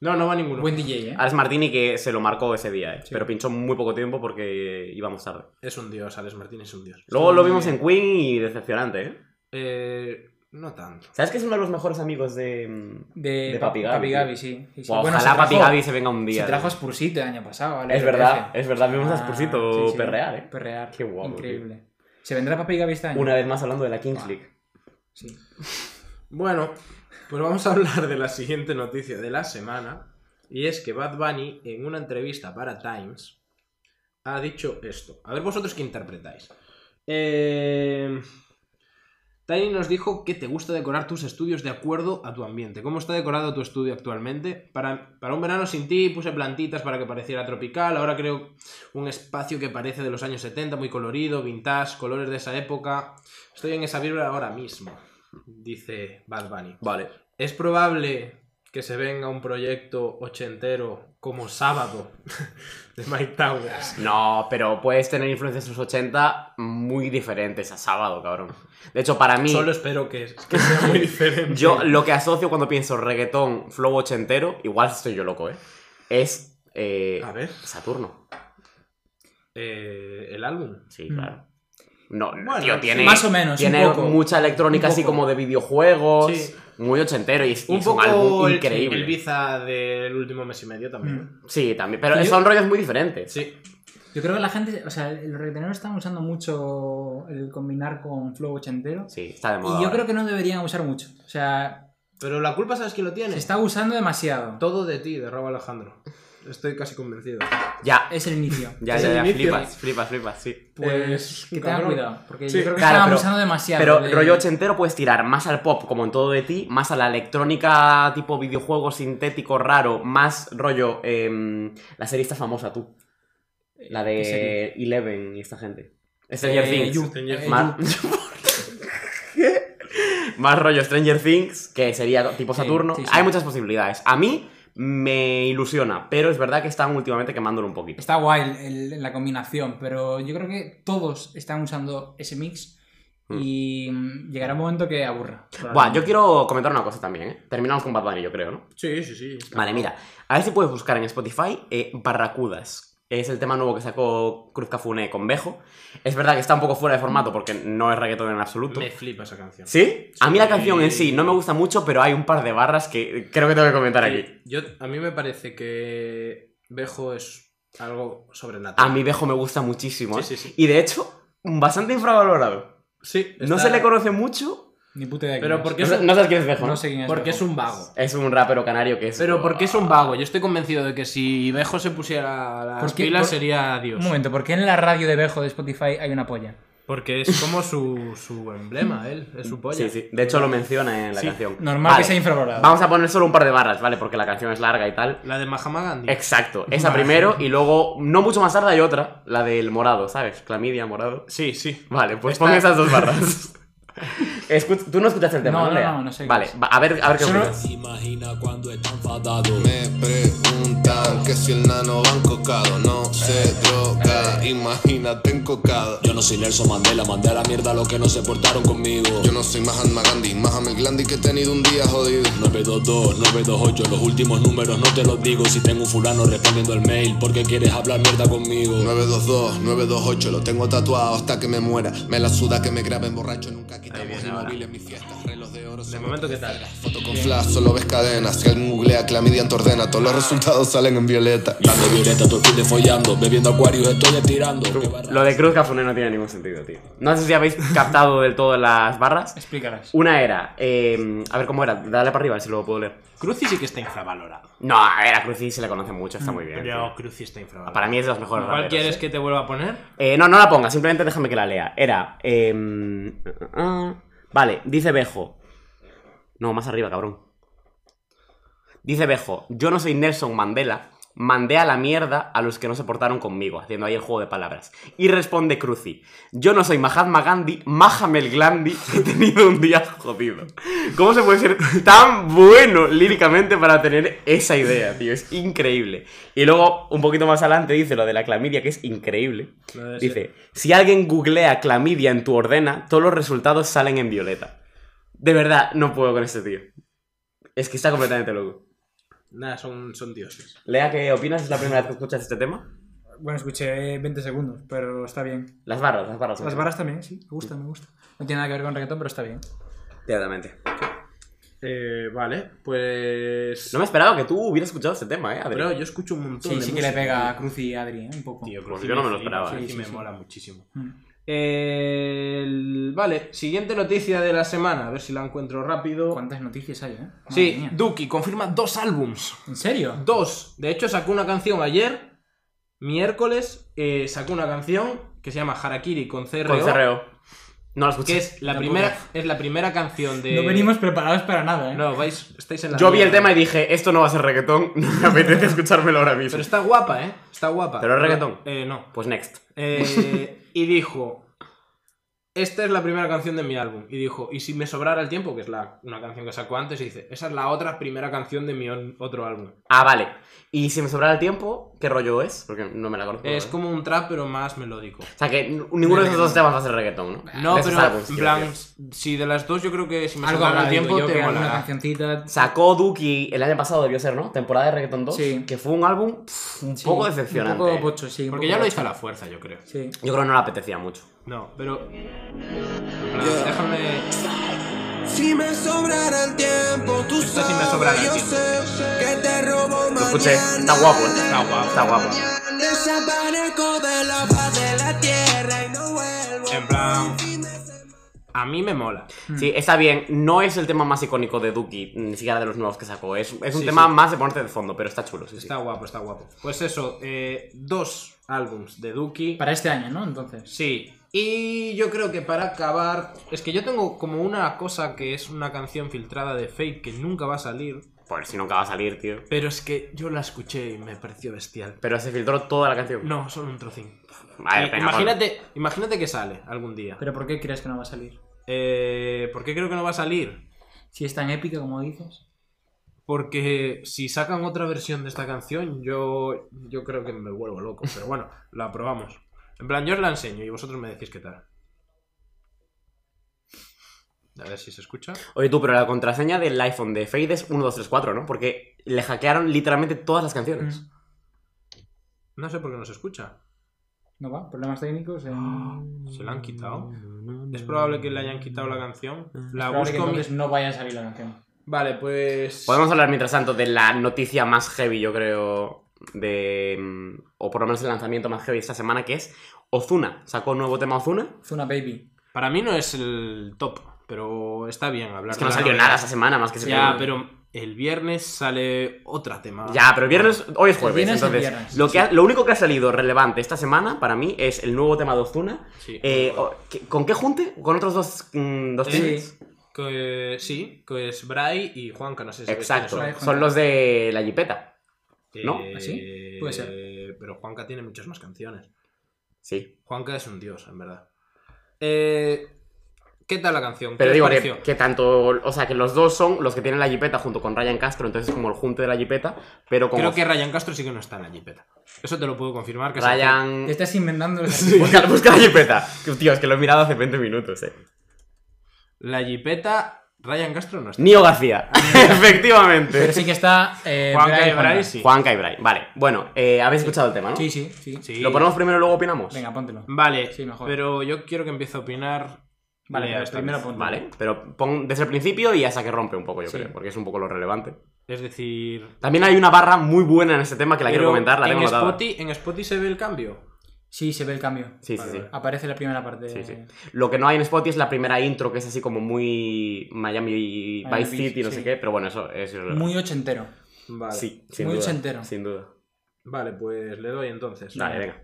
S1: No, no va ninguno.
S3: Buen DJ, ¿eh?
S2: Alex Martini que se lo marcó ese día, eh.
S3: Sí.
S2: Pero pinchó muy poco tiempo porque íbamos tarde.
S1: Es un dios, Alex Martín es un dios.
S2: Luego
S3: muy
S2: lo vimos
S3: bien.
S2: en Queen y decepcionante, eh.
S1: Eh, no tanto.
S2: ¿Sabes que es uno de los mejores amigos de. mm,
S3: De,
S2: de
S3: Pa-
S2: Papi Gaby, tío.
S3: Gaby, sí. Sí, sí.
S2: Buah,
S3: Bueno,
S2: ojalá
S3: se trajo-
S2: Papi Gaby se venga un día.
S3: Se trajo
S2: eh.
S3: a Spursito el año pasado. al
S2: Es
S3: RPF.
S2: verdad, es verdad, vimos a
S3: Ah,
S2: Spursito
S3: sí, sí.
S2: perrear, eh.
S3: Perrear.
S2: Qué guapo,
S3: Increíble. ¿Se vendrá Papi Gaby este año?
S2: Una vez más hablando de la Kings League.
S3: Sí.
S1: Bueno, pues vamos a hablar de la siguiente noticia de la semana. Y es que Bad Bunny, en una entrevista para Times, ha dicho esto. A ver vosotros qué interpretáis. Eh... Tiny nos dijo que te gusta decorar tus estudios de acuerdo a tu ambiente. ¿Cómo está decorado tu estudio actualmente? Para, para un verano sin ti puse plantitas para que pareciera tropical. Ahora creo un espacio que parece de los años 70, muy colorido, vintage, colores de esa época. Estoy en esa vibra ahora mismo, dice Bad Bunny.
S2: Vale.
S1: Es probable que se venga un proyecto ochentero como Sábado de Mike Towers.
S2: No, pero puedes tener influencias de los 80 muy diferentes a sábado, cabrón. De hecho, para mí,
S1: Solo espero que, que sea muy diferente.
S2: yo lo que asocio cuando pienso reggaetón, flow ochentero, igual estoy yo loco, ¿eh? Es eh,
S1: A ver,
S2: Saturno.
S1: eh, el álbum.
S2: Sí,
S3: Mm.
S2: claro. No,
S1: Bueno,
S2: tío, tiene,
S3: Más o menos,
S2: tiene
S3: un poco.
S2: mucha electrónica
S1: Un
S2: así
S1: poco.
S2: como de videojuegos,
S1: Sí.
S2: muy ochentero y es y
S1: Un
S2: es
S1: poco
S2: un álbum
S1: el-
S2: increíble.
S1: El, Ibiza del último mes y medio también.
S3: Mm.
S2: Sí, también, pero
S3: Yo-
S2: son rollos muy diferentes.
S1: Sí.
S3: Yo creo que la gente, o sea, los reggaetoneros están usando mucho el combinar con flow ochentero.
S2: Sí, está de moda.
S3: Y yo
S2: ahora.
S3: creo que no deberían usar mucho. O sea,
S1: Pero la culpa, ¿sabes quién lo tiene?
S3: se está usando demasiado.
S1: Todo de ti, de Raúl Alejandro. Estoy casi convencido.
S2: Ya,
S3: Es el inicio.
S2: ya,
S1: es
S2: ya,
S1: el
S2: ya,
S1: inicio.
S2: flipas, flipas, flipas, sí.
S1: Pues.
S3: Que
S1: un
S3: tengan
S1: cabrón.
S3: cuidado, porque
S1: Sí.
S3: yo creo que
S2: Claro,
S3: están
S2: pero-
S3: abusando demasiado.
S2: Pero
S3: de-
S2: rollo ochentero puedes tirar más al pop, como en todo de ti, más a la electrónica tipo videojuego sintético raro, más rollo. em, la serie está famosa, tú. La
S3: ¿Qué
S2: de
S3: serie?
S2: Eleven y esta gente. Stranger Things.
S3: You,
S1: Stranger
S3: eh,
S1: Things.
S2: Más... ¿Qué? Más rollo Stranger Things, que sería tipo
S3: Sí,
S2: Saturno.
S3: sí, sí.
S2: Hay muchas posibilidades. A mí me ilusiona, pero es verdad que están últimamente quemándolo un poquito.
S3: Está guay el- el- la combinación, pero yo creo que todos están usando ese mix y mm, llegará un momento que aburra.
S2: Hmm. Buah, yo quiero comentar una cosa también, ¿eh? Terminamos con Bad Bunny, yo creo, ¿no?
S1: Sí, sí, sí.
S2: Vale, mira. A ver si puedes buscar en Spotify eh, Barracudas. Es el tema nuevo que sacó Cruz Cafune con Bejo. Es verdad que está un poco fuera de formato porque no es reggaetón en absoluto.
S1: Me flipa esa canción.
S2: ¿Sí? A mí la
S1: Sí.
S2: canción en sí no me gusta mucho, pero hay un par de barras que creo que tengo que comentar aquí.
S1: Sí, Yo, a mí me parece que Bejo es algo sobrenatural.
S2: A mí Bejo me gusta muchísimo. ¿eh?
S1: Sí, sí, sí.
S2: Y de hecho, bastante infravalorado.
S1: Sí,
S2: No
S1: está-
S2: se le conoce mucho.
S3: Ni puta idea.
S1: Pero
S3: quién
S1: porque
S2: No,
S1: es
S2: sa-
S1: un,
S2: no sabes quién es Bejo.
S3: No
S2: ¿no?
S3: sé quién es.
S1: porque
S3: Bejo.
S1: es un vago.
S2: Es un rapero canario que es.
S1: Pero porque es un vago. Yo estoy convencido de que si Bejo se pusiera las
S3: ¿Por qué?
S1: pilas
S3: Por-
S1: sería Dios.
S3: Un momento, ¿por qué en la radio de Bejo de Spotify hay una polla?
S1: Porque es como su, su emblema, él. Es su polla.
S2: Sí, sí. De hecho, lo menciona en la canción.
S3: Normal
S2: Vale.
S3: que sea infravalorado.
S2: Vamos a poner solo un par de barras, ¿vale? Porque la canción es larga y tal.
S1: La de Mahama Gandhi.
S3: Eh,
S2: Exacto. Esa primero y luego, no mucho más tarde, hay otra. La del morado, ¿sabes? Clamidia, morado.
S1: Sí, sí.
S2: Vale, pues
S1: Esta-
S2: pon esas dos barras. Escuch- Tú no escuchaste el tema,
S3: No, no,
S2: Lea?
S3: no, no sé qué
S2: Vale,
S3: es.
S2: va- a ver, a ver qué
S3: Solo-
S2: opinas.
S6: Imagina cuando está enfadado.
S7: Me preguntan que si el nano va encocado, no se droga, imagínate encocado.
S6: Yo no soy Nelson Mandela, mandé a la mierda a los que no se portaron conmigo.
S7: Yo no soy Mahatma Gandhi, Mahatma Gandhi que he tenido un día jodido.
S6: 922, 928, los últimos números no te los digo. Si tengo un fulano respondiendo el mail, porque quieres hablar mierda conmigo.
S7: 922, 928, lo tengo tatuado hasta que me muera. Me la suda que me graben borracho, nunca quitamos
S2: viene
S7: el
S2: ahora.
S7: móvil en mis fiestas. Reloj de oro,
S1: De
S7: solo
S1: momento, ¿qué tal?
S7: foto con flash, solo ves cadenas. Si alguien googlea, clamidia te ordena, todos los resultados salen en violeta.
S6: Ya me violeta, todo el fin de follando, bebiendo acuarios, estoy estirando. Qué barra-
S2: Lo de Cruz Cafune no tiene ningún sentido, tío. No sé si habéis captado del todo las barras.
S3: Explícalas.
S2: Una era, eh, a ver cómo era, dale para arriba, a ver si lo puedo leer.
S1: Cruci sí que está infravalorado.
S2: No, a ver, a Cruci se le conoce mucho,
S3: Mm,
S2: está muy bien.
S1: Pero
S2: tío.
S1: Cruci está infravalorado.
S2: Para mí es de los mejores
S1: ¿Cuál
S2: raperos.
S1: quieres que te vuelva a poner?
S2: Eh, no, no la ponga, simplemente déjame que la lea. Era, eh, uh, uh, uh. vale, dice Bejo. No, más arriba, cabrón. Dice Bejo, yo no soy Nelson Mandela, mandé a la mierda a los que no se portaron conmigo, haciendo ahí el juego de palabras. Y responde Cruci, yo no soy Mahatma Gandhi, Mahamel Gandhi, he tenido un día jodido. ¿Cómo se puede ser tan bueno líricamente para tener esa idea, tío? Es increíble. Y luego, un poquito más adelante, dice lo de la clamidia, que es increíble.
S1: Lo de
S2: Dice, si alguien googlea clamidia en tu ordena, todos los resultados salen en violeta. De verdad, no puedo con este tío. Es que está completamente loco.
S1: Nada, son, son dioses.
S2: Lea, ¿qué opinas? ¿Es la primera vez que escuchas este tema?
S3: Bueno, escuché 20 segundos, pero está bien.
S2: Las barras, las barras.
S3: Las barras también, sí, me gusta, me gusta. No tiene nada que ver con reggaetón, pero está bien.
S2: Claramente.
S1: Eh, vale, pues.
S2: No me esperaba que tú hubieras escuchado este tema, ¿eh, Adri?
S1: Bro, yo escucho un montón
S3: Sí,
S1: de
S3: sí que le
S1: música,
S3: pega a
S1: tío.
S3: Cruz y Adri, ¿eh? un poco.
S1: Tío,
S2: Pues
S1: Cruci
S2: yo no me lo
S1: flipa,
S2: esperaba,
S1: Cruci
S3: sí, sí,
S1: me
S3: sí.
S1: mola muchísimo.
S3: Mm.
S1: El- Vale, siguiente noticia de la semana, a ver si la encuentro rápido.
S3: ¿Cuántas noticias hay, eh? Madre
S1: Sí,
S3: mía.
S1: Duki confirma dos álbums.
S3: ¿En serio?
S1: Dos. De hecho, sacó una canción ayer, miércoles, eh, sacó una canción que se llama Harakiri con CRO.
S2: Con cerreo. No la
S1: Que
S2: escuché.
S1: es la,
S3: Tampoco.
S1: primera, es la primera canción de.
S3: No venimos preparados para nada, ¿eh?
S1: Eh, No, vais, estáis en la.
S2: Yo vi el
S1: mierda.
S2: tema y dije, esto no va a ser reggaetón, no me apetece escuchármelo ahora mismo.
S1: Pero está guapa, ¿eh? Está guapa.
S2: Pero es reggaetón.
S1: Eh, no.
S2: Pues next.
S1: Eh, y dijo: Esta es la primera canción de mi álbum. Y dijo: Y si me sobrara el tiempo, que es la, una canción que sacó antes, y dice: Esa es la otra primera canción de mi on- otro álbum.
S2: Ah, vale. Y si me sobrara el tiempo, ¿qué rollo es? Porque no me la conozco.
S1: Es
S2: ¿eh?
S1: como un trap, pero más melódico.
S2: O sea, que n- ninguno de esos dos temas va a ser reggaetón, ¿no?
S1: No,
S2: De esos
S1: pero
S2: álbumes,
S1: en
S2: quiero
S1: plan,
S2: decir.
S1: si de las dos, yo creo que si me
S3: Algo habrá
S1: sobrara el pues
S3: digo
S1: tiempo,
S3: yo
S1: te
S3: que alguna
S1: molará.
S3: cancioncita.
S2: Sacó Duki el año pasado, debió ser, ¿no? Temporada de Reggaeton 2.
S3: Sí.
S2: Que fue un álbum pff, un
S3: Sí,
S2: poco decepcionante.
S3: Un poco pocho, sí. un
S1: Porque
S3: poco
S1: ya lo
S3: pocho.
S1: hizo a la fuerza, yo creo.
S3: Sí.
S2: Yo creo que no le apetecía mucho.
S1: No, pero. Déjame.
S4: Si me sobrara el tiempo, tú
S1: Esto sí me sobrará el
S4: yo
S1: tiempo.
S4: sé que te robo
S2: Lo escuché. Está guapo, ¿eh?
S1: Está guapo.
S2: Está guapo.
S4: Desaparezco de la
S1: A mí me mola.
S2: Sí, está bien. No es el tema más icónico de Duki, ni siquiera de los nuevos que sacó. Es, es un
S1: Sí,
S2: tema
S1: sí.
S2: más de ponerte de fondo, pero está chulo. Sí, sí.
S1: Está guapo, está guapo. Pues eso, eh, dos álbums de Duki.
S3: Para este año, ¿no? Entonces.
S1: Sí. Y yo creo que para acabar. Es que yo tengo como una cosa que es una canción filtrada de fake que nunca va a salir.
S2: Por si nunca va a salir, tío.
S1: Pero es que yo la escuché y me pareció bestial.
S2: Pero se filtró toda la canción.
S1: No, solo un trocín. Eh,
S2: Vale, venga,
S1: imagínate, imagínate que sale algún día.
S3: ¿Pero por qué crees que no va a salir?
S1: Eh, ¿Por qué creo que no va a salir?
S3: Si es tan épica como dices.
S1: Porque si sacan otra versión de esta canción, yo, yo creo que me vuelvo loco. Pero bueno, la probamos. En plan, yo os la enseño y vosotros me decís qué tal. A ver si se escucha.
S2: Pablo. Oye, tú, pero la contraseña del iPhone de Fade es 1234, ¿no? Porque le hackearon literalmente todas las canciones.
S3: Mm.
S1: No sé por qué no se escucha.
S3: No va, problemas técnicos. en-
S1: ¿Se la han quitado? Es probable que le hayan quitado la canción. La
S3: Ah, Probable que
S1: busco. mi-
S3: entonces no vaya a salir la canción.
S1: Vale, pues.
S2: Podemos hablar mientras tanto de la noticia más heavy, yo creo, de mm, o por lo menos el lanzamiento más heavy esta semana, que es Ozuna. Sacó un nuevo tema Ozuna.
S3: Zuna Baby.
S1: Para mí no es el top, pero está bien hablar.
S2: Es que
S1: de
S2: no
S1: la
S2: salió
S1: novedad.
S2: nada esta semana, más que se
S1: Ya,
S2: filtró.
S1: pero el viernes sale otra tema.
S2: Eh, Ya, pero el viernes, hoy es jueves,
S3: viernes es
S2: entonces
S3: viernes,
S2: lo, que ha- lo único que ha salido relevante esta semana para mí es el nuevo tema de Ozuna.
S1: Ah, Sí.
S2: Eh, o- que- ¿Con qué junte? ¿Con otros dos, mm, dos
S1: Eh,
S2: temas?
S1: Que, sí, que es Bray y Juanca, no sé si
S2: Exacto,
S1: quiénes
S2: son los de la Jipeta.
S1: son.
S2: ¿no?
S1: Eh,
S3: ¿Así? ¿Ah, Puede
S1: Pero Juanca tiene muchas más canciones.
S2: Sí,
S1: Juanca es un dios, en verdad. Eh, ¿Qué tal la canción? ¿Qué
S2: pero
S1: os
S2: digo
S1: pareció?
S2: que, que tanto, o sea, que los dos son los que tienen la Jipeta junto con Ryan Castro, entonces es como el junte de la Jipeta, pero con
S1: Creo que Ryan Castro sí que no está en la jipeta. Eso te lo puedo confirmar. Que se hace-
S2: Ryan...
S3: Te estás inventando el
S2: Busca, busca la Jipeta. Tío, es que lo he mirado hace 20 minutos, eh.
S1: La jipeta, Ryan Castro no está.
S2: Nio García,
S3: Pero
S2: efectivamente.
S3: sí que está. Eh,
S1: Juanca
S3: Bray
S1: y Bray,
S3: Juanca.
S1: sí.
S2: Juanca y Brian. Vale, bueno, eh, habéis escuchado el tema, ¿no?
S3: Sí, sí, sí.
S1: Sí. Mm,
S2: ¿Lo ponemos primero y luego opinamos?
S3: Venga, póntelo.
S1: Vale,
S3: Sí, mejor.
S1: pero yo quiero que empiece a opinar.
S3: Vale,
S1: Lea
S3: pero
S1: esta
S3: primero
S1: vez.
S3: póntelo.
S2: Vale, pero pon desde el principio y hasta que rompe un poco, yo
S3: Sí.
S2: creo, porque es un poco lo relevante.
S1: Es decir.
S2: También hay una barra muy buena en este tema que la quiero
S1: pero
S2: comentar, la
S1: en
S2: tengo anotada.
S1: Spotify, en Spotify se ve el cambio.
S3: Sí, se ve el cambio.
S2: Sí, sí, sí.
S3: Aparece la primera parte.
S2: Sí, sí. Lo que no hay en Spotify es la primera intro que es así como muy Miami
S3: Miami
S2: Vice
S3: Beach,
S2: City, no
S3: sí.
S2: sé qué, pero bueno, eso es irrelevante.
S3: Muy ochentero.
S1: Vale.
S2: Sí, sin
S3: muy
S2: duda,
S3: ochentero.
S2: Sin duda.
S1: Vale, pues le doy entonces.
S2: Dale, venga.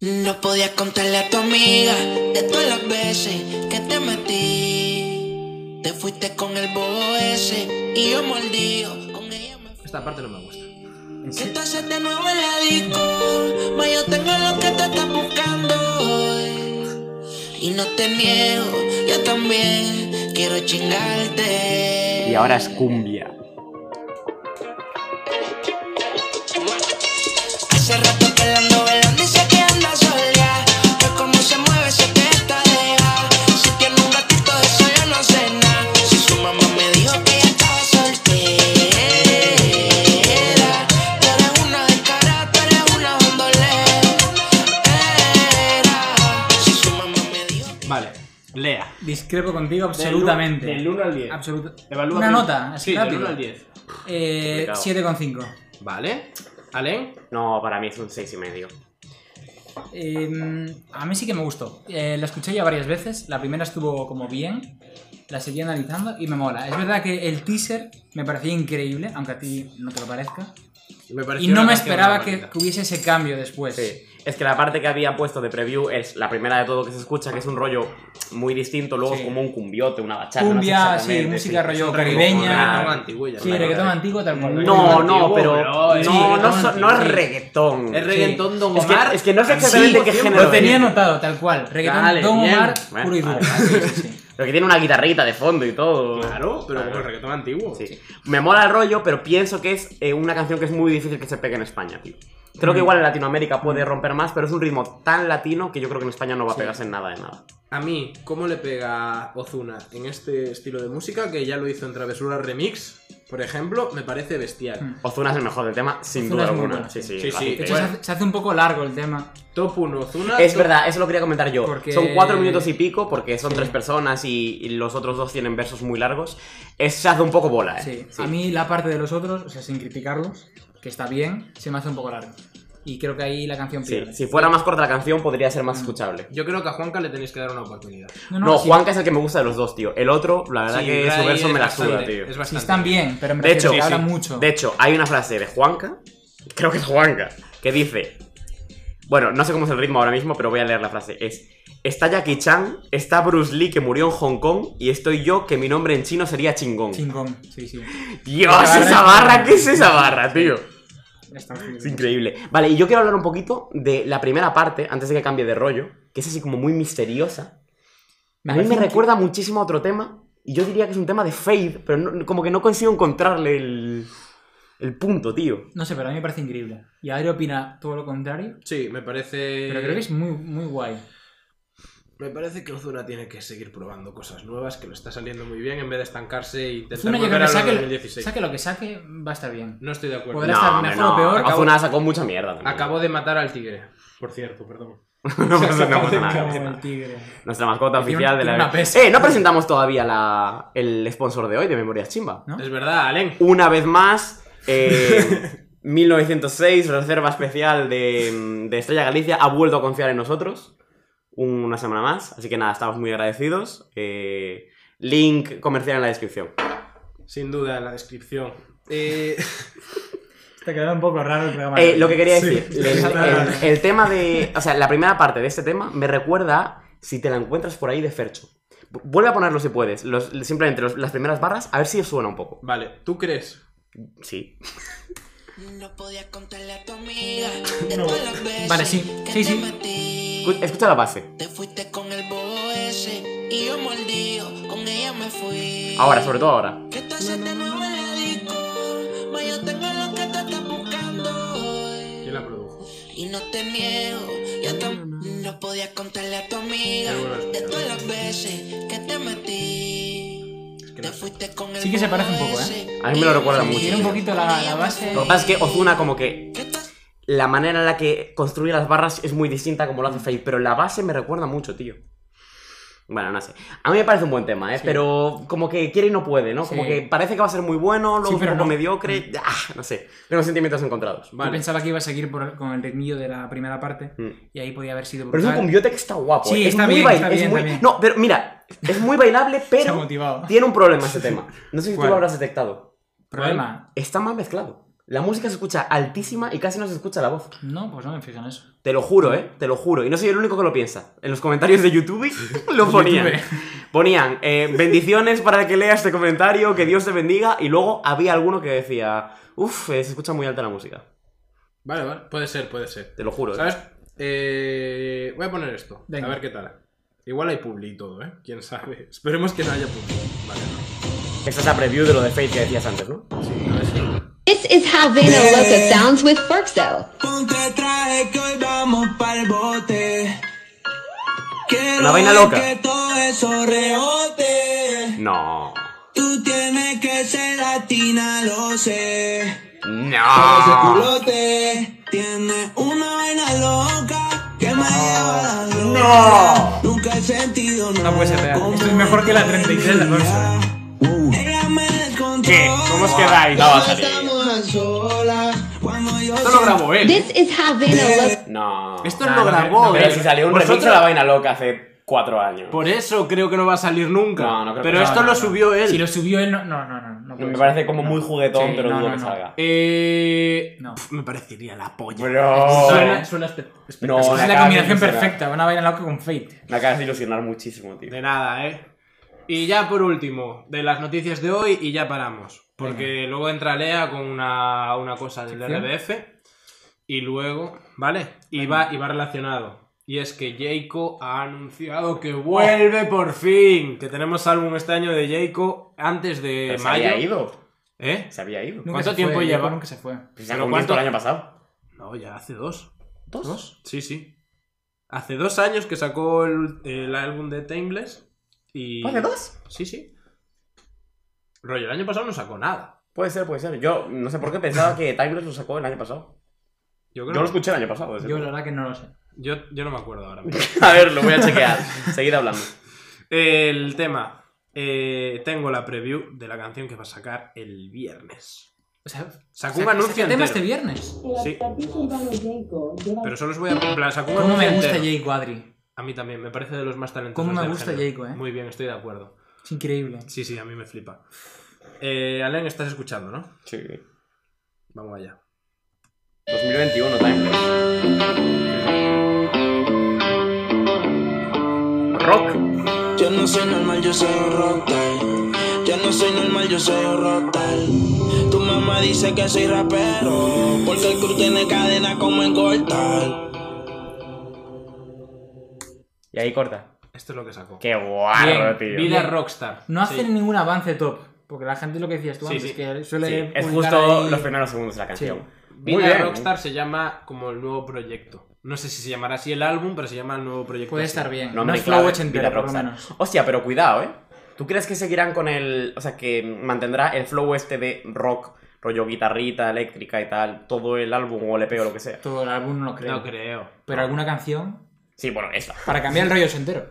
S8: No podías contarle a tu amiga de todas las veces que te metí. Te fuiste con el bobo ese y yo mordido. Con ella me fui.
S1: Esta parte no me gusta.
S8: Si tú haces de nuevo en la disco, ma, yo tengo lo que te estás buscando hoy. Y no te niego, yo también quiero chingarte.
S2: Y ahora es cumbia.
S8: Hace rato que la novela dice que anda sola. Pero como se mueve, sé que está deja. Si tiene un gatito, de eso yo no sé nada. Si su mamá me dijo que ella estaba soltera. Tú eres una descarada, tú eres una bandolera. Si su mamá me dijo que
S1: Vale, lea.
S3: Discrepo contigo absolutamente.
S1: Del 1 al
S2: Ah,
S1: 10.
S3: Absoluta-
S1: Evalúa
S3: Una
S1: bien.
S3: nota,
S1: Sí,
S3: así
S1: del
S3: rápido.
S1: 1 al 10.
S3: Eh,
S2: Complicado.
S3: 7,5.
S1: Vale. ¿Alen?
S2: No, para mí es un 6 y medio.
S3: Eh, a mí sí que me gustó. Eh, la escuché ya varias veces. La primera estuvo como bien. La seguí analizando y me mola. Es verdad que el teaser me parecía increíble, aunque a ti no te lo parezca.
S1: pareció
S3: Y
S1: una
S3: no me
S1: canción
S3: esperaba
S1: muy
S3: que,
S1: bonita.
S3: que hubiese ese cambio después.
S2: Sí. Es que la parte que había puesto de preview es la primera de todo que se escucha, que es un rollo muy distinto, luego
S3: Sí.
S2: es como un cumbiote, una bachata. no sé
S3: Cumbia,
S2: exactamente,
S3: sí, música rollo
S2: Es un reggaetón,
S3: caribeña.
S2: una-
S1: Reggaetón antiguo, ya
S3: Sí,
S1: está.
S3: reggaetón antiguo tal cual.
S2: No, no,
S1: Antiguo,
S2: pero.
S1: bro, es
S2: no, no, so-
S3: reggaetón
S2: no es
S3: antiguo, sí.
S2: reggaetón.
S1: Es reggaetón Don
S2: Es que-
S1: Omar.
S2: es que no sé
S1: al
S2: exactamente qué
S1: 100%.
S2: género Pero
S3: Lo tenía
S2: bien.
S3: anotado, tal cual. Reggaetón
S1: Dale,
S3: Don
S1: bien.
S3: Omar,
S2: Bueno,
S3: puro y duro.
S2: vale,
S3: Sí, sí, sí.
S2: Lo que tiene una guitarrita de fondo y todo.
S1: Claro, pero como el
S2: Claro.
S1: reggaetón antiguo.
S2: Sí. Me mola el rollo, pero pienso que es eh, una canción que es muy difícil que se pegue en España, tío. Creo
S1: Mm.
S2: que igual en Latinoamérica puede romper más, pero es un ritmo tan latino que yo creo que en España no va a pegarse en nada de nada.
S1: A mí, ¿cómo le pega Ozuna en este estilo de música que ya lo hizo en Travesura Remix? Por ejemplo, me parece bestial.
S3: Mm.
S2: Ozuna es el mejor del tema, sin
S3: Ozuna
S2: duda
S3: es muy
S2: alguna.
S3: buena,
S2: sí, sí.
S1: Sí,
S3: sí.
S1: sí.
S2: la-
S3: De hecho,
S1: Bueno.
S3: se, hace, se hace un poco largo el tema.
S1: Top 1 Ozuna.
S2: Es
S1: top-
S2: verdad, eso lo quería comentar yo.
S3: Porque-
S2: Son cuatro minutos y pico porque son
S3: Sí.
S2: tres personas y, y los otros dos tienen versos muy largos. Es, se hace un poco bola, ¿eh?
S3: Sí.
S2: Sí.
S3: A mí la parte de los otros, o sea, sin criticarlos, que está bien, se me hace un poco largo. y creo que ahí la canción
S2: Sí,
S3: pierde.
S2: si fuera más corta la canción, podría ser más escuchable.
S1: Yo creo que a Juanca le tenéis que dar una oportunidad.
S3: No, no,
S2: No,
S3: si-
S2: Juanca es el que me gusta de los dos, tío. El otro, la verdad
S1: Sí,
S2: que su
S1: Ray
S2: verso
S1: es
S2: me la
S1: bastante-
S2: suda, tío.
S1: es
S3: si
S1: bastante.
S3: están bien, pero me
S2: De
S3: refiero
S2: hecho,
S3: que
S2: sí,
S3: hablan
S2: sí.
S3: mucho.
S2: De hecho, hay una frase de Juanca, creo que es Juanca, que dice, bueno, no sé cómo es el ritmo ahora mismo, pero voy a leer la frase. Es, está Jackie Chan, está Bruce Lee que murió en Hong Kong y estoy yo que mi nombre en chino sería Chingón.
S3: Chingón, sí, sí.
S2: Dios,
S3: La
S2: esa
S3: barra es-
S2: barra, ¿qué es esa barra, tío?
S3: Está horrible.
S2: Es increíble. Vale, y yo quiero hablar un poquito de la primera parte, antes de que cambie de rollo, que es así como muy misteriosa. A mí me
S3: parece
S2: recuerda muchísimo a otro tema, y yo diría que es un tema de Fade, pero no- como que no consigo encontrarle el, el punto, tío.
S3: increíble. No sé, pero a mí me parece increíble. Y Adri opina todo lo contrario,
S1: Sí, me parece.
S3: pero creo que es muy, muy guay.
S1: Me parece que Ozuna tiene que seguir probando cosas nuevas, que lo está saliendo muy bien en vez de estancarse y intentar
S3: Zuna yo
S1: volver
S3: creo que
S1: a lo
S3: saque,
S1: de
S3: lo-
S1: 2016.
S3: saque lo que saque, va a estar bien.
S1: No estoy de acuerdo.
S3: Podrá- estar
S2: hombre,
S3: mejor o peor.
S2: Ozuna sacó mucha mierda. también.
S1: Acabo de matar al tigre. Por cierto, perdón.
S2: no pasa nada,
S3: Como
S2: no pasa nada.
S3: el tigre.
S2: Nuestra mascota
S3: Tiene
S2: oficial
S3: un-
S2: de
S3: tiene
S2: la...
S3: una pesa.
S2: Eh, no presentamos todavía la- el sponsor de hoy de Memorias Chimba.
S3: ¿No?
S1: Es verdad, Alen.
S2: Una vez más, eh, 1906, reserva especial de, de Estrella Galicia, ha vuelto a confiar en nosotros una semana más. Así que nada, estamos muy agradecidos. Eh, link comercial en la descripción. Eh,
S1: Sin duda, en la descripción. Eh,
S3: Está quedando un poco raro el programa.
S2: Eh, lo que quería
S3: Sí.
S2: decir, el, el- el tema de. O sea, la primera parte de este tema me recuerda a si te la encuentras por ahí de Fercho. Vu- Vuelve a ponerlo si puedes, los- simplemente los- las primeras barras, a ver si os suena un poco.
S1: vale, ¿tú crees?
S2: Sí.
S8: No podía contarle a tu amiga de todas las veces
S3: Vale, sí,
S8: que
S3: sí,
S8: te
S3: sí.
S8: metí.
S2: Escu- Escucha la base.
S8: Te fuiste con el bobo ese y yo mordido, con ella me fui.
S2: Ahora, sobre todo ahora.
S8: ¿Qué te haces de nuevo en la disco? Ma, yo tengo lo que te estás buscando hoy.
S1: ¿Quién la produjo?
S8: Y no te niego, yo tam- no podía contarle a tu amiga
S1: Qué bueno.
S8: de todas las veces que te metí.
S1: que no
S8: te
S1: sé.
S8: fuiste con el
S3: Sí que se parece un
S8: bobo
S3: poco, ¿eh?
S8: ese
S2: A mí me lo
S8: y yo
S2: recuerda
S8: mordido,
S2: mucho.
S3: Tiene un poquito la, la base.
S2: Lo que pasa es que Ozuna como que
S8: ¿Qué te-
S2: la manera en la que construye las barras es muy distinta a como
S3: Mm.
S2: lo hace Faith, pero la base me recuerda mucho, tío. Bueno, no sé. A mí me parece un buen tema, ¿eh? Pero como que quiere y no puede, ¿no? Como
S3: Sí.
S2: que parece que va a ser muy bueno, luego
S3: Sí,
S2: es
S3: pero
S2: un poco
S3: no. Mm.
S2: mediocre. Ah, no sé. Tengo sentimientos encontrados.
S3: Yo pensaba que iba a seguir por- con el ritmillo de la primera parte
S2: Mm.
S3: y ahí podía haber sido
S2: Pero es un
S3: brutal.
S2: cumbiote que está guapo.
S3: Sí,
S2: ¿eh?
S3: está
S2: es muy
S3: bien,
S2: bail-
S3: está
S2: es
S3: bien,
S2: muy-
S3: está bien.
S2: No, pero mira, es muy bailable,
S3: Se ha
S2: pero
S3: motivado.
S2: tiene un problema ese tema. No sé si tú
S1: ¿Cuál?
S2: lo habrás detectado.
S3: ¿Problema?
S2: Está mal mezclado. La música se escucha altísima y casi no se escucha la voz.
S3: No, pues no me fijo en eso.
S2: Te lo juro, ¿eh? Te lo juro. Y no soy el único que lo piensa. En los comentarios de YouTube lo ponían.
S3: YouTube.
S2: Ponían eh, bendiciones para el que lea este comentario, que Dios te bendiga. Y luego había alguno que decía, uff, se escucha muy alta la música.
S1: Vale, vale. Puede ser, puede ser.
S2: Te lo juro. ¿eh?
S1: ¿Sabes? Eh, voy a poner esto.
S3: Venga.
S1: A ver qué tal. Igual hay publi y todo, ¿eh? Quién sabe. Esperemos que no haya publi. Vale, no.
S2: Esta es la preview de lo de Faith que decías antes, ¿no?
S1: Sí, a ver si-
S9: This is how Vena Loca sounds with Berkso.
S4: Ponte traje que hoy vamos pa'l bote. Quiero
S2: Una vaina
S4: ver
S2: loca.
S4: que todo eso rebote.
S2: No.
S4: Tú tienes que ser latina, lo sé. Pero ese
S3: Ah.
S2: No.
S4: culote tiene una vaina loca que me lleva a la gloria. Nunca he sentido nada.
S3: Ah. No puede ser real.
S4: como
S3: Esto es mejor que la
S4: esta
S3: 33 de
S4: envidia. Ella me
S2: ¿Qué?
S4: descontrola.
S2: ¿Cómo os quedáis? No va a salir.
S4: Estamos a solas. Cuando yo
S1: Esto lo grabó él.
S9: This is how Vena Loca.
S2: No.
S1: Esto
S3: No,
S1: lo
S3: no,
S1: grabó
S3: no,
S1: él.
S2: Pero si salió un remix a
S1: Vosotros-
S2: la vaina loca hace cuatro años.
S1: Por eso creo que no va a salir nunca.
S2: No, no creo
S1: Pero
S2: que-
S1: esto
S3: No, no,
S1: lo
S3: no.
S1: subió él.
S3: Si lo subió él, no, no, no. no, no puede
S2: Me
S3: ser.
S2: parece como
S3: No.
S2: muy juguetón,
S3: Sí,
S2: pero
S3: no,
S2: dudo
S3: no,
S2: que
S3: no.
S2: salga.
S1: Eh,
S3: No.
S1: pf, me parecería la polla.
S2: Bro.
S1: Suena, suena espe-
S2: No,
S3: Esa
S2: me
S3: es la
S2: acabas de
S3: combinación
S2: ilusionar.
S3: perfecta, una vaina loca con Fate.
S2: Me acabas de ilusionar muchísimo, tío.
S1: De nada, ¿eh? Y ya por último, de las noticias de hoy y ya paramos. Porque luego entra Lea con una, una cosa del
S3: Sección.
S1: RDF. Y luego, ¿vale? Y va, y va relacionado. Y es que Jayco ha anunciado que vuelve por fin. Que tenemos álbum este año de Jayco antes de
S2: Pero se
S1: mayo.
S2: había ido.
S1: ¿eh?
S2: Se había ido.
S3: Nunca
S1: ¿Cuánto
S3: se
S1: tiempo
S3: fue,
S1: lleva?
S3: Jacob Nunca se fue.
S2: Pues
S1: ¿Pero
S2: sacó un
S1: cuánto?
S2: disco el año pasado.
S1: No, ya hace dos.
S2: ¿Dos?
S1: Sí, sí. Hace dos años que sacó el, el álbum de Timeless. Y...
S2: ¿Hace dos?
S1: Sí, sí. Rollo, el año pasado no sacó nada.
S2: Puede ser, puede ser. Yo no sé por qué pensaba que Timeless lo sacó el año pasado.
S1: Yo,
S2: Yo
S1: creo-
S2: lo escuché el año pasado. ese.
S3: Yo la verdad que no lo sé.
S1: yo- yo no me acuerdo ahora mismo.
S2: A ver, lo voy a chequear. Seguid hablando.
S1: El tema. eh, tengo la preview de la canción que va a sacar el viernes.
S3: O sea,
S1: Sacó un anuncio
S3: tema este
S1: entero.
S3: viernes.
S1: Sí, pero
S10: Pero
S1: solo os voy a. En plan, sacó un
S3: ¿Cómo
S1: anuncio
S3: me gusta
S1: entero.
S3: Jake Wadri?
S1: A mí también, me parece de los más talentosos.
S3: Cómo me
S1: del
S3: gusta
S1: género.
S3: Jayco, eh.
S1: Muy bien, estoy de acuerdo.
S3: Es increíble.
S1: Sí, sí, a mí me flipa. Eh, Alen, estás escuchando, ¿no?
S11: Sí.
S1: Vamos allá.
S11: 2021, Timeless.
S2: Rock.
S4: Yo no soy normal, yo soy un rockstar. Yo no soy normal, yo soy un rockstar. Tu mamá dice que soy rapero, porque el crew tiene cadena como en cortar.
S2: Y ahí corta.
S1: Esto es lo que sacó.
S2: Qué guarro,
S3: Bien,
S2: tío.
S1: Vida
S3: Bien.
S1: Rockstar.
S3: No
S1: Sí.
S3: hacen ningún avance top. Porque la gente lo que decías tú
S1: Sí,
S3: antes,
S1: sí.
S3: que
S2: Sí,
S3: suele.
S2: es
S3: publicar
S2: justo
S3: ahí-
S2: los primeros segundos de la canción. Muy
S1: Vida
S2: bien.
S1: Rockstar se llama como el nuevo proyecto. No sé si se llamará así el álbum, pero se llama el nuevo proyecto.
S3: Puede
S1: así.
S3: estar bien. No,
S2: Nombre
S3: es
S2: clave,
S3: Flow 80,
S2: Vida
S3: por lo
S2: Rockstar.
S3: menos.
S2: Hostia, pero cuidado, ¿eh? ¿Tú crees que seguirán con el. O sea, que mantendrá el flow este de rock, rollo guitarrita, eléctrica y tal, todo el álbum o LP o lo que sea?
S3: Todo el álbum no lo creo.
S1: No creo.
S3: Pero alguna canción
S2: Sí, bueno, esta.
S3: para cambiar el rollo entero.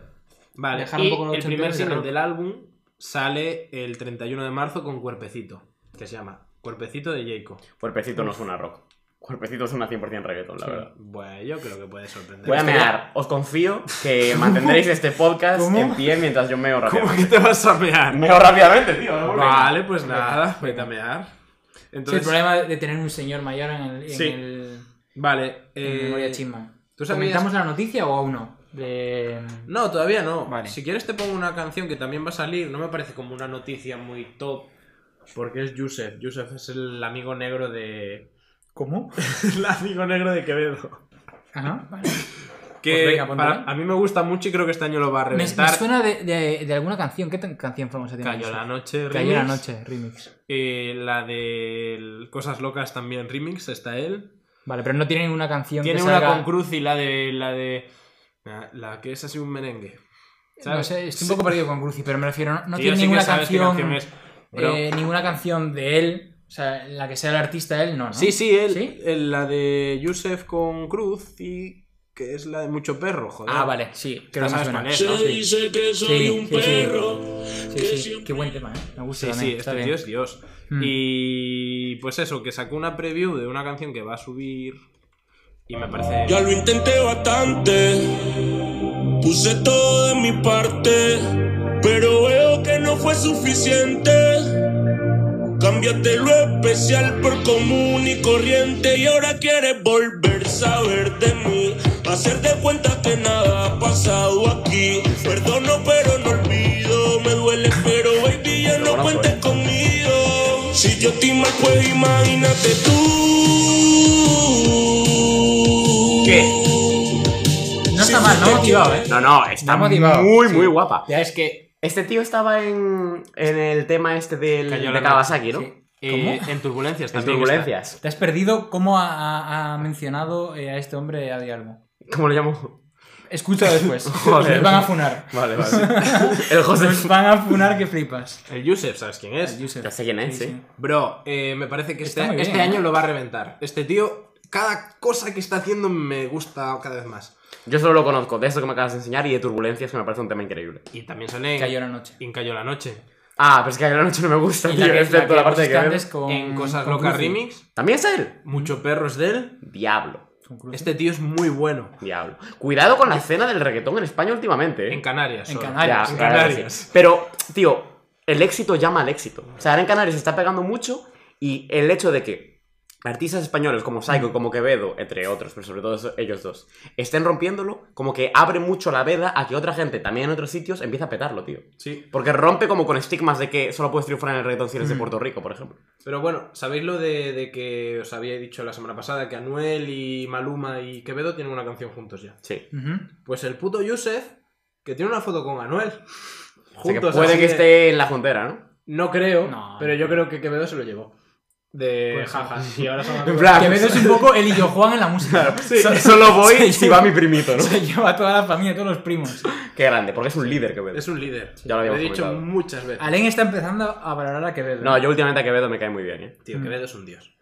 S1: Vale,
S3: Dejar un
S1: y
S3: poco los
S1: el primer
S3: ochenteros y
S1: single
S3: rock.
S1: del álbum sale el 31 de marzo con Cuerpecito, que se llama Cuerpecito de Jayco.
S2: Cuerpecito no suena rock. Cuerpecito suena 100% reggaeton, la verdad.
S1: Bueno, yo creo que puede sorprender.
S2: Voy a mear. Os confío que mantendréis este podcast
S3: ¿Cómo?
S2: en pie mientras yo meo
S1: ¿Cómo
S2: rápidamente.
S1: que te vas a mear?
S2: Meo rápidamente, tío. no
S1: Vale, pues nada, vete a mear.
S3: Sí, el
S1: Entonces,
S3: problema de tener un señor mayor en el. En
S1: Sí.
S3: el
S1: vale.
S3: en
S1: eh,
S3: memoria chisma.
S1: ¿tú sabías-
S3: ¿Comentamos la noticia o aún no? De... em,
S1: No, todavía no.
S3: Vale.
S1: Si quieres te pongo una canción que también va a salir. No me parece como una noticia muy top. Porque es Yusef. Yusef es el amigo negro de.
S3: ¿Cómo?
S1: el amigo negro de Quevedo.
S3: Ajá, vale.
S1: Que
S3: Pues venga, ponlo,
S1: para-
S3: ¿eh?
S1: a mí me gusta mucho y creo que este año lo va a
S3: Me, me
S1: reventar.
S3: suena de, de- de alguna canción. ¿Qué tan- canción famosa tiene?
S1: Cayó
S3: eso?
S1: la noche.
S3: Cayó la
S1: remix.
S3: noche, remix.
S1: Eh, la de Cosas Locas también remix, está él.
S3: Vale, pero no tiene ninguna canción
S1: Tiene
S3: que
S1: una
S3: salga...
S1: con Cruz y la de. la de. La, la que es así un merengue.
S3: No
S1: ¿Sabes?
S3: sé, estoy un poco perdido con Cruci, pero me refiero, no, no
S1: Tío,
S3: tiene
S1: sí que
S3: ninguna
S1: sabes qué
S3: canción,
S1: es. Bro.
S3: eh, ninguna canción de él, o sea, en la que sea el artista él, no, ¿no?
S1: Sí, sí, él,
S3: ¿Sí?
S1: el- la de Yusef con Cruz y que es la de Mucho Perro, joder.
S3: Ah, vale, sí,
S1: Ya
S3: creo que me
S1: sabes
S3: suena.
S1: cuál es,
S3: Sí,
S1: ¿no?
S3: sí,
S4: Dice que
S3: sí, sí, sí, qué buen tema, ¿eh? Me gusta
S1: Sí, sí,
S3: también, está
S1: este
S3: bien.
S1: tío es Dios.
S3: Mm.
S1: Y pues eso, que sacó una preview de una canción que va a subir y me
S4: Ya
S1: parece...
S4: lo intenté bastante, puse todo de mi parte, pero veo que no fue suficiente. Cámbiate lo especial por común y corriente y ahora quieres volver a saber de mí, hacer de cuenta que nada ha pasado aquí. Perdono pero no olvido, me duele pero baby ya no cuentes
S3: pues.
S4: conmigo. Si yo te mal pues imagínate tú.
S2: ¿Qué?
S3: No está mal, no motivado, ¿eh?
S2: No, no, está
S3: Está motivado,
S2: muy,
S3: sí.
S2: muy guapa.
S3: Ya es que...
S2: Este tío estaba en, en el tema este del,
S1: Cayó
S2: de
S1: la
S2: Kawasaki, ¿no?
S3: sí.
S1: Eh, en turbulencias
S2: En
S1: también.
S2: turbulencias.
S3: Te has perdido cómo ha, ha- ha mencionado eh, a este hombre a Dialmo.
S2: ¿Cómo lo llamo?
S3: Escucha después,
S2: Joder.
S3: nos van a funar.
S2: Vale, vale. el José.
S3: Nos van a funar que flipas.
S1: está. El Yusef, ¿sabes quién es?
S3: Yusef.
S2: Ya sé quién es, sí.
S1: Bro, eh, me parece que
S3: Está
S1: este,
S3: muy bien,
S1: este
S3: ¿eh?
S1: año lo va a reventar. Este tío, cada cosa que está haciendo me gusta cada vez más.
S2: Yo solo lo conozco de eso que me acabas de enseñar y de turbulencias, que me parece un tema increíble.
S1: Y también sale en-
S3: Cayó la noche.
S1: en Cayó la noche.
S2: Ah, pero es que a la noche no me gusta,
S3: Y
S2: tío, excepto la, parte de que
S3: pusiste
S2: veo.
S3: antes con-
S1: en Cosas
S3: con
S1: Locas
S3: Cruci.
S1: Remix.
S2: ¿También es él?
S1: Mucho perro es de él.
S2: Diablo,
S3: Con Cruci.
S1: Este tío es muy bueno.
S2: diablo. Cuidado con la escena del reggaetón en España últimamente, ¿eh?
S1: En Canarias.
S3: En
S1: solo.
S3: Canarias.
S2: Ya,
S1: en
S2: claro que
S1: Canarias.
S2: sí. Pero, tío, el éxito llama al éxito. O sea, ahora en Canarias se está pegando mucho y el hecho de que artistas españoles como
S1: Mm.
S2: Psycho, como Quevedo, entre otros, pero sobre todo eso- ellos dos, estén rompiéndolo, como que abre mucho la veda a que otra gente, también en otros sitios, empiece a petarlo, tío.
S1: Sí.
S2: Porque rompe como con estigmas de que solo puedes triunfar en el reggaetón si eres de
S1: Mm.
S2: Puerto Rico, por ejemplo.
S1: Pero bueno, ¿sabéis lo de, de que os había dicho la semana pasada que Anuel y Maluma y Quevedo tienen una canción juntos ya?
S2: Sí.
S3: Ujú.
S1: Pues el puto Yusef, que tiene una foto con Anuel.
S2: O sea, que
S1: Juntos,
S2: puede
S1: así
S2: que
S1: de-
S2: esté en la juntera, ¿no?
S1: No creo,
S3: No,
S1: pero
S3: no Pues
S1: yo creo que Quevedo se lo llevó. De jajas. Y ahora son amigos.
S3: Quevedo es un poco el y yo Juan en la música.
S2: So- solo voy si va mi primito, ¿no?
S3: Se lleva a toda la familia, a todos los primos.
S2: Qué grande, porque es un líder Quevedo.
S1: Es un líder.
S2: Ya lo
S1: he
S2: habíamos
S1: dicho
S2: comentado.
S1: muchas veces.
S3: Alen está empezando a valorar a Quevedo.
S2: No, yo últimamente a Quevedo me cae muy bien, ¿eh?
S1: Tío, Quevedo es un dios.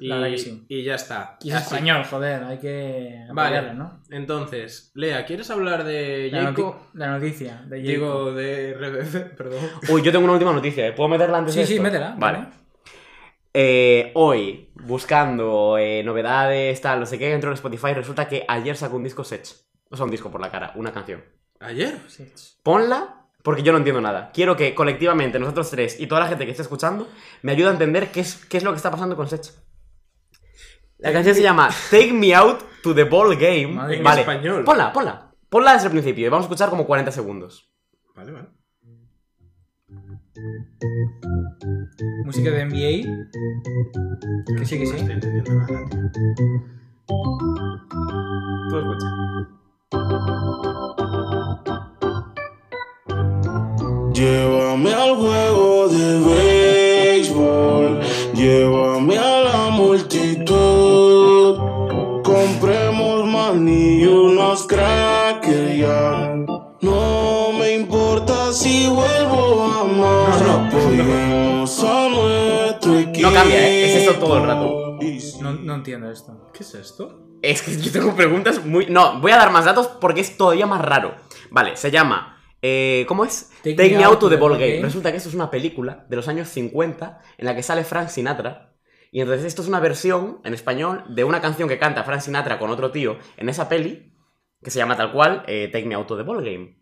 S1: Y,
S3: Mm. La verdad que sí.
S1: y ya está.
S2: Ah,
S3: Y es
S1: Así.
S3: español, joder, hay que
S1: Vale.
S3: apoyarlo, ¿no?
S1: Entonces, Lea, ¿quieres hablar de
S3: La,
S1: Jacob?
S3: noti- la noticia de Jacob.
S1: Digo, de RBF, perdón.
S2: Uy, yo tengo una última noticia, ¿eh? ¿Puedo meterla antes
S3: Sí,
S2: de
S3: sí,
S2: esto?
S3: métela.
S2: Vale. eh, hoy, buscando eh, novedades, tal, no sé qué, entro en Spotify y resulta que ayer sacó un disco Sech. O sea, un disco por la cara, una canción.
S1: ¿Ayer?
S2: Ponla, porque yo no entiendo nada. Quiero que colectivamente nosotros tres y toda la gente que esté escuchando me ayude a entender qué es, qué es lo que está pasando con Sech. La canción se llama Take Me Out to the Ball Game.
S1: Madre mía,
S2: vale,
S1: en español.
S2: ponla, ponla. Ponla desde el principio y vamos a escuchar como 40 segundos.
S1: Vale, vale.
S3: Música de NBA. Que sí, que sí.
S2: Tú escucha.
S4: Llévame al juego de béisbol, llévame a la multitud. Compremos maní y unos crackers ya. No me importa si vuelvo a amar. Apoyemos a nuestro equipo.
S2: No cambia, ¿eh? Es esto todo el rato.
S3: No, no entiendo esto.
S1: ¿Qué es esto?
S2: Es que yo tengo preguntas muy... No, voy a dar más datos porque es todavía más raro. Vauto. Vale, se llama. eh, ¿Cómo es? Take, Me Out to the Ball Game. Resulta que esto es una película de los años 50 en la que sale Frank Sinatra. Y entonces esto es una versión en español de una canción que canta Frank Sinatra con otro tío en esa peli que se llama tal cual eh, Take Me Out to the Ball Game.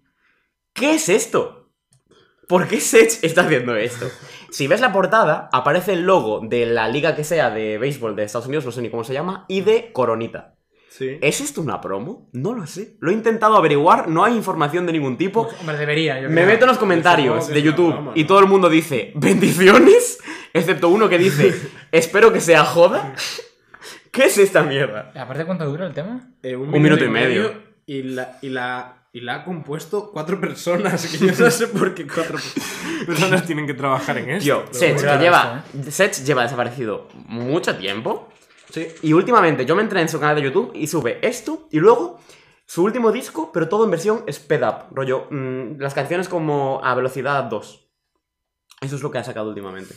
S2: ¿Qué es esto? ¿Por qué Sech está haciendo esto? Si ves la portada, aparece el logo de la liga que sea de béisbol de Estados Unidos, no sé ni cómo se llama, y de Coronita.
S1: Sí.
S2: ¿Es esto una promo? No lo sé. Lo he intentado averiguar, no hay información de ningún tipo.
S3: Pues, Hombre, debería. Yo
S2: Me
S3: creo.
S2: meto en los
S1: Supongo
S2: comentarios
S1: que
S2: de
S1: es una
S2: YouTube
S1: broma,
S2: y
S1: ¿no?
S2: todo el mundo dice bendiciones, excepto uno que dice espero que sea joda. ¿Qué es esta mierda?
S3: Aparte, ¿cuánto dura el tema?
S1: Eh,
S2: Un minuto y medio.
S1: y, la, y, la, y la ha compuesto cuatro personas. Que yo no sé por qué cuatro personas tienen que trabajar en esto.
S2: Tío,
S1: pero
S2: Sech,
S1: bueno.
S2: que lleva, Sech lleva desaparecido mucho tiempo
S1: Sí.
S2: y últimamente yo me entré en su canal de YouTube y sube esto y luego su último disco, pero todo en versión sped up, rollo, mm, las canciones como a velocidad 2. Eso es lo que ha sacado últimamente.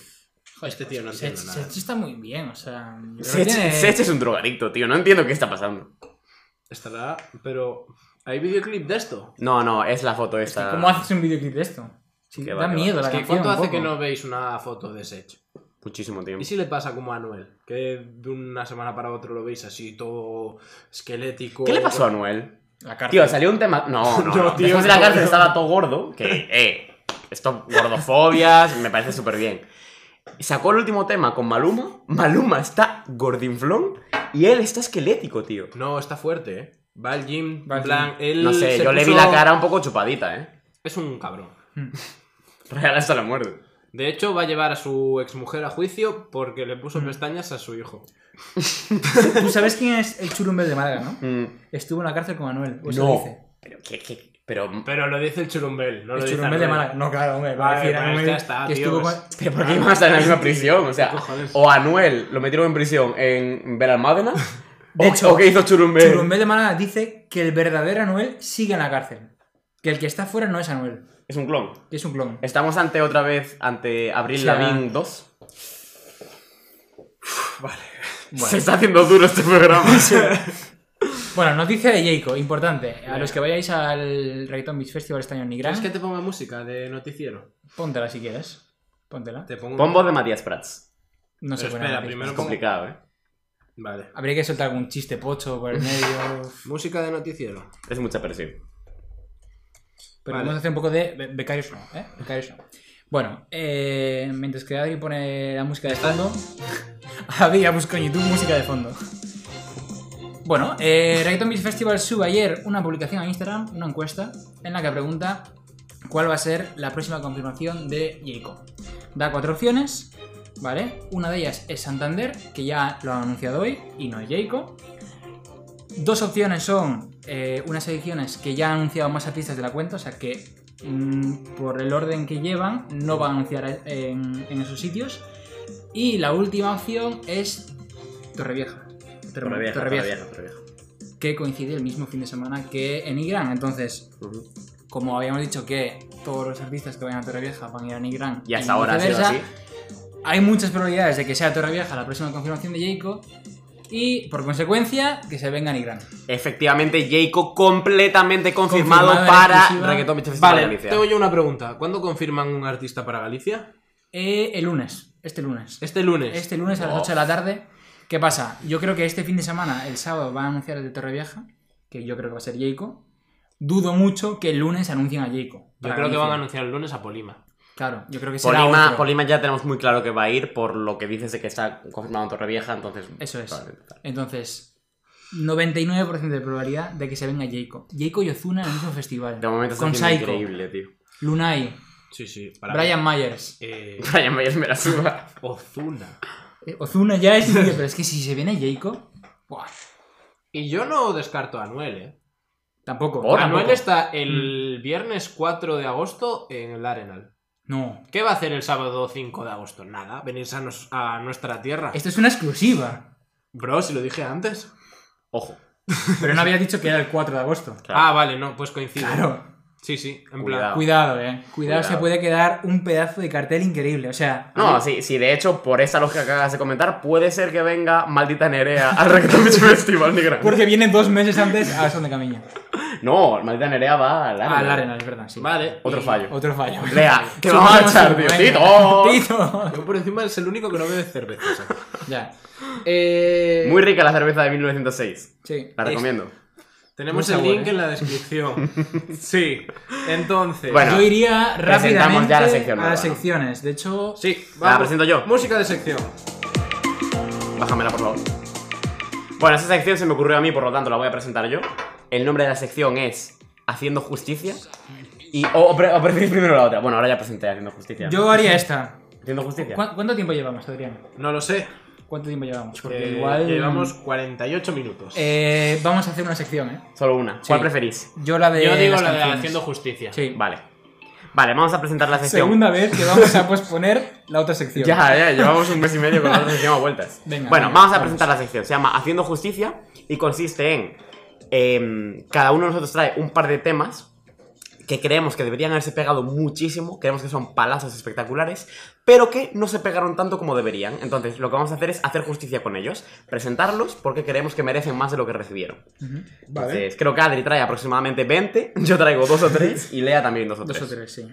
S1: Este tío no
S3: Sech,
S1: entiende nada.
S3: Sech está muy bien, o sea. yo creo que
S2: Sech,
S3: tiene-
S2: Sech es un drogadicto, tío, no entiendo qué está pasando.
S1: Estará, pero. ¿Hay videoclip de esto?
S2: No, no, es la foto esta.
S3: ¿Cómo haces un videoclip de esto? Sí,
S2: Que
S3: da
S2: va, que va.
S3: miedo la
S1: Es que
S3: canción.
S1: ¿Cuánto
S3: un
S1: hace
S3: poco.
S1: que no veis una foto de Sech?
S2: Muchísimo tiempo.
S1: ¿Y si le pasa como a Anuel? Que de una semana para otra lo veis así todo esquelético.
S2: ¿Qué le pasó a Noel?
S3: La cárcel.
S2: Tío, salió un tema. No, no, no.
S1: No, tío,
S2: Después de la
S1: no,
S2: cárcel
S1: no.
S2: estaba todo gordo. Que, eh, esto, gordofobias, me parece súper bien. Sacó el último tema con Maluma. Maluma está gordinflón y él está esquelético, tío.
S1: No, está fuerte, ¿eh? Va al gym,
S3: Va al
S1: en plan, él
S2: No sé,
S1: se
S2: yo le vi
S1: puso-
S2: la cara un poco chupadita, eh.
S1: Es un cabrón.
S2: Real hasta la muerte.
S1: De hecho, va a llevar a su exmujer a juicio porque le
S3: Mm.
S1: puso pestañas a su hijo.
S3: Tú sabes quién es el churumbel de Málaga, ¿no?
S2: Mm,
S3: Estuvo en la cárcel con Manuel. Eso
S2: no.
S3: dice.
S2: Pero, ¿qué, qué? Pero,
S1: Pero lo dice el churumbel, no lo
S3: El
S1: dice
S3: churumbel de
S1: Anuel.
S3: Málaga. No, claro, hombre.
S1: Vale,
S3: va a decir
S1: pues
S3: Anuel
S1: ya está,
S3: que
S1: tío,
S3: estuvo
S1: pues.
S3: con-
S2: pero ¿por qué iban a estar en la misma prisión? O sea,
S1: ¿Qué cojones?
S2: o Anuel lo metieron en prisión en Belalmádena.
S3: De
S2: o-
S3: hecho,
S2: ¿O qué hizo Churumbel?
S3: Churumbel de Málaga dice que el verdadero Anuel sigue en la cárcel. Que el que está fuera no es Anuel,
S2: Es un clon.
S3: que es un clon.
S2: Estamos ante otra vez, ante Abril
S3: O sea,
S2: Lavigne 2.
S3: Bueno.
S2: Se está haciendo duro este programa.
S3: Bueno, noticia de Jayco, importante. A los que vayáis al Reggaeton Beach Festival este año en Nigrán,
S1: ¿Quieres que te ponga música de noticiero?
S3: póntela si quieres. Póntela.
S1: Te pongo.
S2: Pon voz de Matías Prats.
S3: No sé
S1: Pero
S3: buena
S1: espera,
S3: noticia.
S1: primero
S2: Es complicado, ¿eh?
S1: Vale.
S3: Habría que soltar algún chiste pocho por el medio.
S1: Música de noticiero.
S2: Es mucha presión.
S3: Pero
S1: Vale.
S3: vamos a hacer un poco de be- becarios no, ¿eh? Becarios no. Bueno, eh, mientras que Adri pone la música de fondo, Adri ya buscó en YouTube música de fondo. Bueno, eh, Reggaeton Beach Festival sube ayer una publicación a Instagram, una encuesta, en la que pregunta cuál va a ser la próxima confirmación de Jacob. Da cuatro opciones, ¿vale? Una de ellas es Santander, que ya lo ha anunciado hoy y no es Jacob. Dos opciones son eh, unas ediciones que ya han anunciado más artistas de la cuenta, o sea que mm, por el orden que llevan no van a anunciar en, en esos sitios. Y la última opción es Torrevieja. Torre-
S2: Torrevieja, Torrevieja, Torrevieja.
S3: que coincide el mismo fin de semana que en Igran. Entonces,
S2: Ujú.
S3: como habíamos dicho que todos los artistas que vayan a Torrevieja van a ir a Nigrán
S2: Y hasta ahora ha sido así.
S3: hay muchas probabilidades de que sea Torrevieja la próxima confirmación de Jayco y por consecuencia que se venga Nigrán.
S2: Efectivamente, Jayco completamente confirmado
S3: Confirmado en
S2: para
S3: exclusiva.
S2: Reggaeton Beach Festival
S1: Vale,
S2: Galicia.
S1: tengo yo una pregunta. ¿Cuándo confirman un artista para Galicia?
S3: Eh, el lunes. Este lunes.
S1: Este lunes.
S3: Este lunes
S2: Oh.
S3: a las 8 de la tarde. ¿Qué pasa? Yo creo que este fin de semana, el sábado, va a anunciar el de Torrevieja, que yo creo que va a ser Jayco. Dudo mucho que el lunes anuncien a Jayco.
S1: Yo creo que van a anunciar el lunes a Polima.
S3: Claro, yo creo que será
S2: Polima,
S3: otro.
S2: Polima ya tenemos muy claro que va a ir por lo que dices de que está confirmado en Torrevieja, entonces...
S3: Eso es.
S2: probablemente tal.
S3: Entonces, 99% de probabilidad de que se venga Jayco. Jayco y Ozuna en el mismo festival.
S2: De momento está
S3: Con
S2: haciendo
S3: Psycho,
S2: increíble, tío.
S3: Lunai,
S1: Sí, sí. Para
S3: Brian Myers.
S1: Eh,
S2: Brian Mayer me la suba.
S1: Ozuna.
S3: Eh, Ozuna ya es... increíble, pero es que si se viene Jayco... buah,
S1: Y yo no descarto a Anuel, ¿eh?
S3: Tampoco.
S2: Por
S3: tampoco.
S1: Anuel está el
S2: Mm.
S1: viernes 4 de agosto en el Arenal.
S3: No.
S1: ¿Qué va a hacer el sábado 5 de agosto? Nada, venirse a, nos- a nuestra tierra.
S3: Esto es una exclusiva.
S1: Bro, si lo dije antes.
S2: Ojo.
S3: Pero no había dicho que era el 4 de agosto.
S2: Claro.
S1: Ah, vale, no, pues coincido.
S3: Claro.
S1: Sí, sí, en
S2: Cuidado.
S3: Cuidado, eh. Cuidado,
S2: Cuidado.
S3: se puede quedar un pedazo de cartel increíble. O sea,
S2: No, sí, sí, de hecho, por esa lógica que acabas de comentar, puede ser que venga maldita Nerea al Reggaeton Beach Festival, ni gran.
S3: porque viene dos meses antes a Son de Camino.
S2: No, maldita Nerea va al Arenal.
S3: Ah, la arena, es verdad, sí.
S1: plan. Vale.
S2: Otro
S1: y-
S2: fallo.
S3: Otro fallo.
S2: Lea, que
S3: Sí,
S2: vamos a
S3: tenemos
S2: echar,
S3: uno,
S2: tío.
S3: venga. Tito.
S1: Yo por encima es el único que no bebe cervezas. aquí.
S3: Ya,
S1: Eh,
S2: Muy rica la cerveza de 1906.
S3: sí.
S2: La recomiendo.
S1: tenemos
S3: Buen
S1: el
S3: sabor,
S1: link
S3: ¿eh?
S1: en la descripción. sí, entonces.
S2: Bueno.
S3: Yo iría
S2: Presentamos
S3: rápidamente
S2: ya la sección
S3: a las
S2: nueva, ¿no?
S3: secciones. De hecho,
S1: Sí,
S2: La presento yo.
S1: Música de sección.
S2: Bájamela, por favor. Bueno, esa sección se me ocurrió a mí, por lo tanto la voy a presentar yo. El nombre de la sección es Haciendo Justicia. Y, o, o pre- o preferís primero la otra. Bueno, ahora ya presenté Haciendo Justicia.
S3: yo haría esta.
S2: Haciendo Justicia.
S3: ¿Cu- ¿Cuánto tiempo llevamos, Adrián?
S1: No lo sé.
S3: ¿Cuánto tiempo
S2: Pues
S3: llevamos? Porque
S1: Eh,
S3: igual.
S1: Llevamos 48 minutos.
S3: Eh, vamos a hacer una sección, eh.
S2: Solo una.
S3: Sí.
S2: ¿Cuál preferís?
S3: Yo la de.
S2: Eh,
S1: Yo digo
S3: las
S1: la de
S3: canciones.
S1: haciendo justicia.
S3: Sí.
S2: Vale. Vale, vamos a presentar la sección.
S3: Segunda vez que vamos a posponer la otra sección.
S2: Ya, ya, llevamos un mes y medio con la otra sección a vueltas.
S3: Venga,
S2: bueno,
S3: venga,
S2: vamos a
S3: vamos.
S2: presentar la sección. Se llama Haciendo Justicia y consiste en. em, cada uno de nosotros trae un par de temas que creemos que deberían haberse pegado muchísimo, creemos que son palazos espectaculares, pero que no se pegaron tanto como deberían. Entonces, lo que vamos a hacer es hacer justicia con ellos, presentarlos porque creemos que merecen más de lo que recibieron.
S3: Ujú.
S2: Entonces, creo que Adri trae aproximadamente 20, yo traigo dos o tres y Lea también dos o tres.
S3: Dos o tres, sí.
S1: De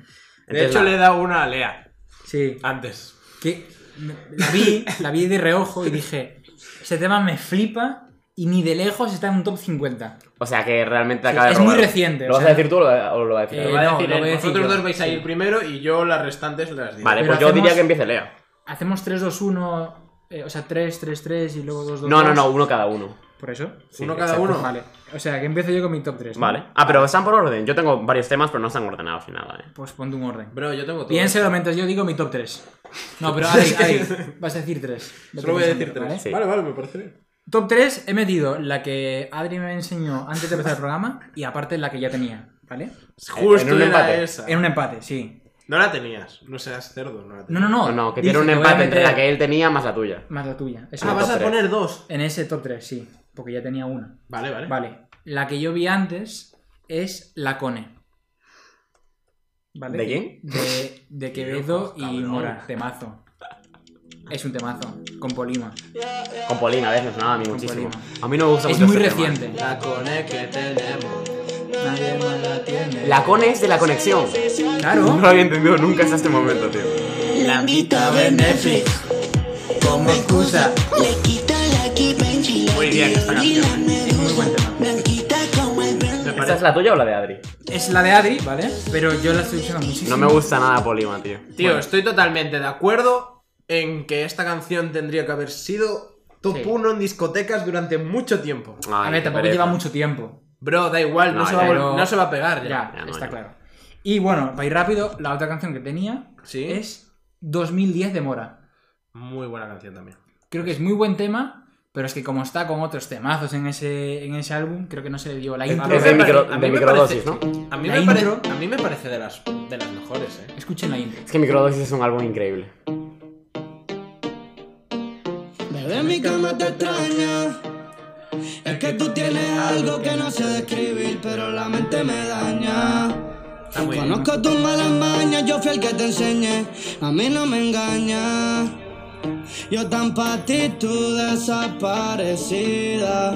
S2: Entonces,
S1: hecho,
S2: nada.
S1: le he dado una a Lea
S3: Sí.
S1: antes.
S3: que me- la vi, la vi de reojo y dije, este tema me flipa y ni de lejos está en un top 50.
S2: O sea que realmente
S3: Sí,
S2: acaba de
S3: es muy
S2: robar.
S3: reciente, o
S2: ¿Lo vas
S3: sea-
S2: a decir tú o lo, o lo va a decir
S3: Eh,
S2: Adri?
S1: Lo va a
S3: no,
S1: decir
S3: lo
S1: él.
S3: voy a decir
S1: Vosotros
S3: yo,
S1: dos vais a
S3: sí.
S1: ir primero y yo las restantes las digo.
S2: Vale,
S3: Pero
S2: pues yo diría
S3: hacemos-
S2: que empiece Lea.
S3: Hacemos 3-2-1, eh, o sea, 3-3-3 y luego 2-2.
S2: No, no, no, uno cada uno.
S3: ¿Por eso?
S2: Sí,
S1: Uno cada
S2: exacto.
S1: uno.
S3: Vale. O sea, que empiezo yo con mi top 3.
S2: Vale. Ah, pero están por orden. Yo tengo varios temas, pero no están ordenados ni nada, eh.
S3: Pues ponte un orden.
S1: Bro, yo tengo todo.
S3: Piénselo mientras yo digo mi top 3. No, pero Adri, Adri, vas a decir 3.
S1: Solo voy a decir tres.
S2: Sí.
S1: Vale, vale, me parece bien.
S3: Top 3 he metido la que Adri me enseñó antes de empezar el programa y aparte la que ya tenía, ¿vale?
S1: Justo
S2: en un
S1: era
S2: empate.
S1: esa.
S3: En un empate, sí.
S1: No la tenías. No seas cerdo. No, la
S3: No,
S1: tenías. Ah,
S3: no, no.
S2: No, no, que
S3: Dice
S2: tiene un
S3: voy a
S2: empate entre
S3: meter-
S2: la que él tenía más la tuya.
S3: Más la tuya. Eso
S1: Ah,
S3: es
S1: vas
S3: top
S1: a
S3: tres.
S1: poner dos.
S3: En ese top 3, sí. Porque ya tenía una.
S1: Vale, vale.
S3: Vale. La que yo vi antes es la Cone. ¿Vale?
S2: ¿De quién?
S3: De, de Quevedo y Mora. Temazo. Es un temazo. Con Polima.
S2: Con Polina, a ver, me sonaba a mí
S3: Con
S2: muchísimo.
S3: Polina.
S2: A mí no me gusta
S3: Es
S2: mucho
S3: muy
S2: este tema.
S3: reciente.
S1: La cone que tenemos.
S3: Nadie más la tiene.
S2: La cone es de la conexión. No
S3: Claro.
S2: lo había entendido nunca hasta este momento, tío.
S8: La invita a ver Netflix como excusa. Le quita la keep en
S2: Muy bien esta
S8: Y la
S2: canción.
S8: medusa blanquita como el bronce.
S2: ¿Esta es la tuya o la de Adri?
S3: Es la de Adri, ¿vale? Pero yo la estoy usando muchísimo.
S2: No me gusta nada Polima, tío.
S1: Tío, estoy totalmente de acuerdo en que esta canción tendría que haber sido top
S3: Sí. Ah.
S1: 1 en discotecas durante mucho tiempo.
S2: Ay,
S3: A ver,
S2: qué
S3: tampoco
S2: pereza.
S3: lleva mucho tiempo.
S1: Bro, da igual, no,
S2: No,
S1: se, va a
S3: pero-
S1: vol- no se va a pegar ya.
S3: Ya,
S2: Ya, no,
S3: está
S2: ya.
S3: claro. Y bueno, para ir rápido, la otra canción que tenía
S1: Sí.
S3: es 2010 de Mora.
S1: Muy buena canción también.
S3: Creo que es muy buen tema, pero es que como está con otros temazos en ese, en ese álbum, creo que no se le dio la intro.
S2: Es de,
S1: me
S2: micro-
S1: pare- a mí
S2: de
S1: me
S2: microdosis,
S1: parece-
S2: ¿no?
S1: A mí,
S3: La
S1: me, pare-
S3: intro.
S1: a mí me parece de las, de las mejores, eh.
S3: Escuchen la intro.
S2: Es que microdosis es un álbum increíble.
S4: Bebé, mi cama te extraña. Es que tú tienes algo que no sé describir, pero la mente me daña.
S1: Está muy bien.
S4: Conozco tus malas mañas, yo fui el que te enseñé, a mí no me engaña. Yo tan pa' ti, tú desaparecida.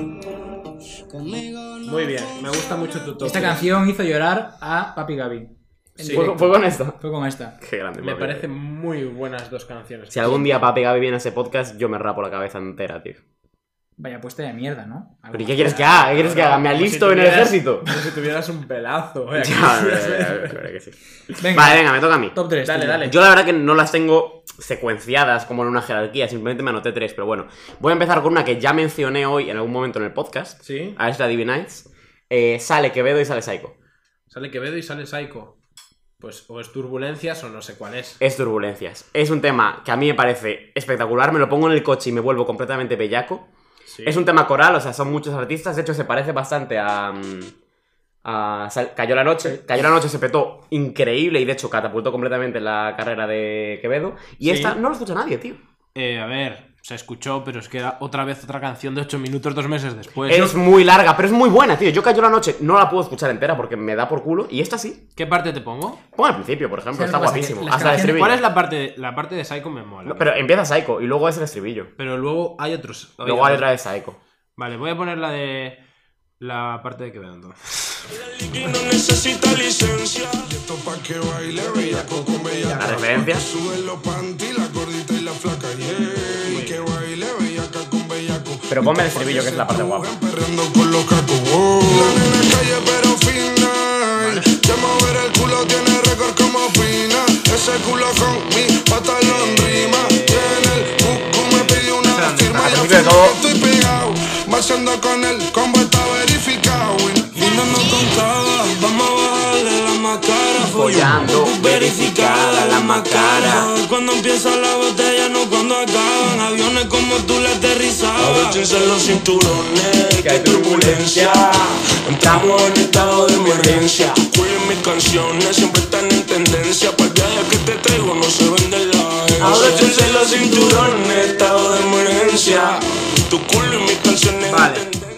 S4: Conmigo no.
S1: Muy bien, me gusta mucho tu top.
S3: Esta
S1: tres.
S3: canción hizo llorar a Papi Gaby.
S1: Sí.
S2: ¿Fue, fue con esta?
S3: Fue con esta.
S2: Qué grande.
S1: Me
S2: Papi
S1: parecen
S2: Gaby.
S1: muy buenas dos canciones.
S2: Si algún día Papi Gaby viene a ese podcast, yo me rapo la cabeza entera,
S1: Ah,
S2: tío.
S3: Vaya puesta de mierda, ¿no? Algo
S2: ¿Pero y
S3: más.
S2: qué quieres que haga? ¿Qué quieres que haga? ¿Me
S1: Como si
S2: alisto en el
S1: tuvieras-
S2: ejército?
S1: Como si tuvieras un pelazo. eh, aquí.
S2: Ya, ya, ya, ya, claro que sí.
S3: Venga,
S2: Vale, venga, me toca a mí.
S3: top 3.
S1: Dale, dale.
S2: Yo la verdad que no las tengo secuenciadas como en una jerarquía, simplemente me anoté tres, pero bueno. Voy a empezar con una que ya mencioné hoy en algún momento en el podcast.
S1: Sí.
S2: A ver si la adivináis. Eh, sale Quevedo y sale Psycho.
S1: Sale Quevedo y sale Psycho. Pues o es turbulencias o no sé cuál es.
S2: Es turbulencias. Es un tema que a mí me parece espectacular. Me lo pongo en el coche y me vuelvo completamente bellaco.
S1: Sí.
S2: Es un tema coral, o sea, son muchos artistas. De hecho, se parece bastante a. mm, a Sal- Cayó la noche. Cayó la noche se petó increíble y de hecho catapultó completamente la carrera de Quevedo. Y
S1: Sí.
S2: esta no la escucha nadie, tío.
S1: Eh, a ver, se escuchó, pero es que era otra vez otra canción de 8 minutos dos meses después.
S2: Es muy larga, pero es muy buena, tío. Yo Cayó la noche no la puedo escuchar entera porque me da por culo. Y esta sí.
S1: ¿Qué parte te pongo?
S2: Pongo al principio, por ejemplo,
S3: ¿Sabes
S2: está
S1: pues
S3: lo que pasa? Que
S2: guapísimo.
S3: las
S2: Hasta el
S3: canciones-
S2: estribillo.
S1: ¿Cuál es la parte, la parte de Psycho me mola?
S2: No, pero empieza Psycho y luego es el estribillo.
S1: Pero luego hay otros.
S2: Luego hay otra de Psycho.
S1: Vale, voy a poner la de. La parte de Quevedo. entonces.
S4: Y no necesita licencia.
S5: Esto pa' que baile bellaco con
S2: La
S5: bellaca.
S2: referencia.
S5: Sube los panty, la gordita y la flaca. Yeah. Y que baile bellaca con bellaco.
S2: Pero ponme el estribillo, que es la parte guapa.
S5: Perreando con los cacos. wow. La nena calle pero fina. Ya mover el culo tiene récord como fina. Ese culo con mi pantalón rima. Tiene el cucu, me pide una
S1: Esa es donde
S5: firma.
S2: está.
S5: Ya
S2: Al principio de
S5: firma
S2: todo.
S5: que estoy pegado. Marchando con el combo está verificado.
S4: Y no nos contaba, vamos a bajarle la máscara.
S2: Follando,
S4: Verificada la máscara. Cuando empieza la botella, no cuando acaban. Aviones como tú la aterrizabas. Abróchense los cinturones, que hay turbulencia. Entramos en estado de emergencia. Cuiden mis canciones, siempre están en tendencia. Para el viaje que te traigo, no se vende en la agencia. Abróchense los cinturones, estado de emergencia. Tu culo y mis canciones
S1: Vale.
S4: en tendencia.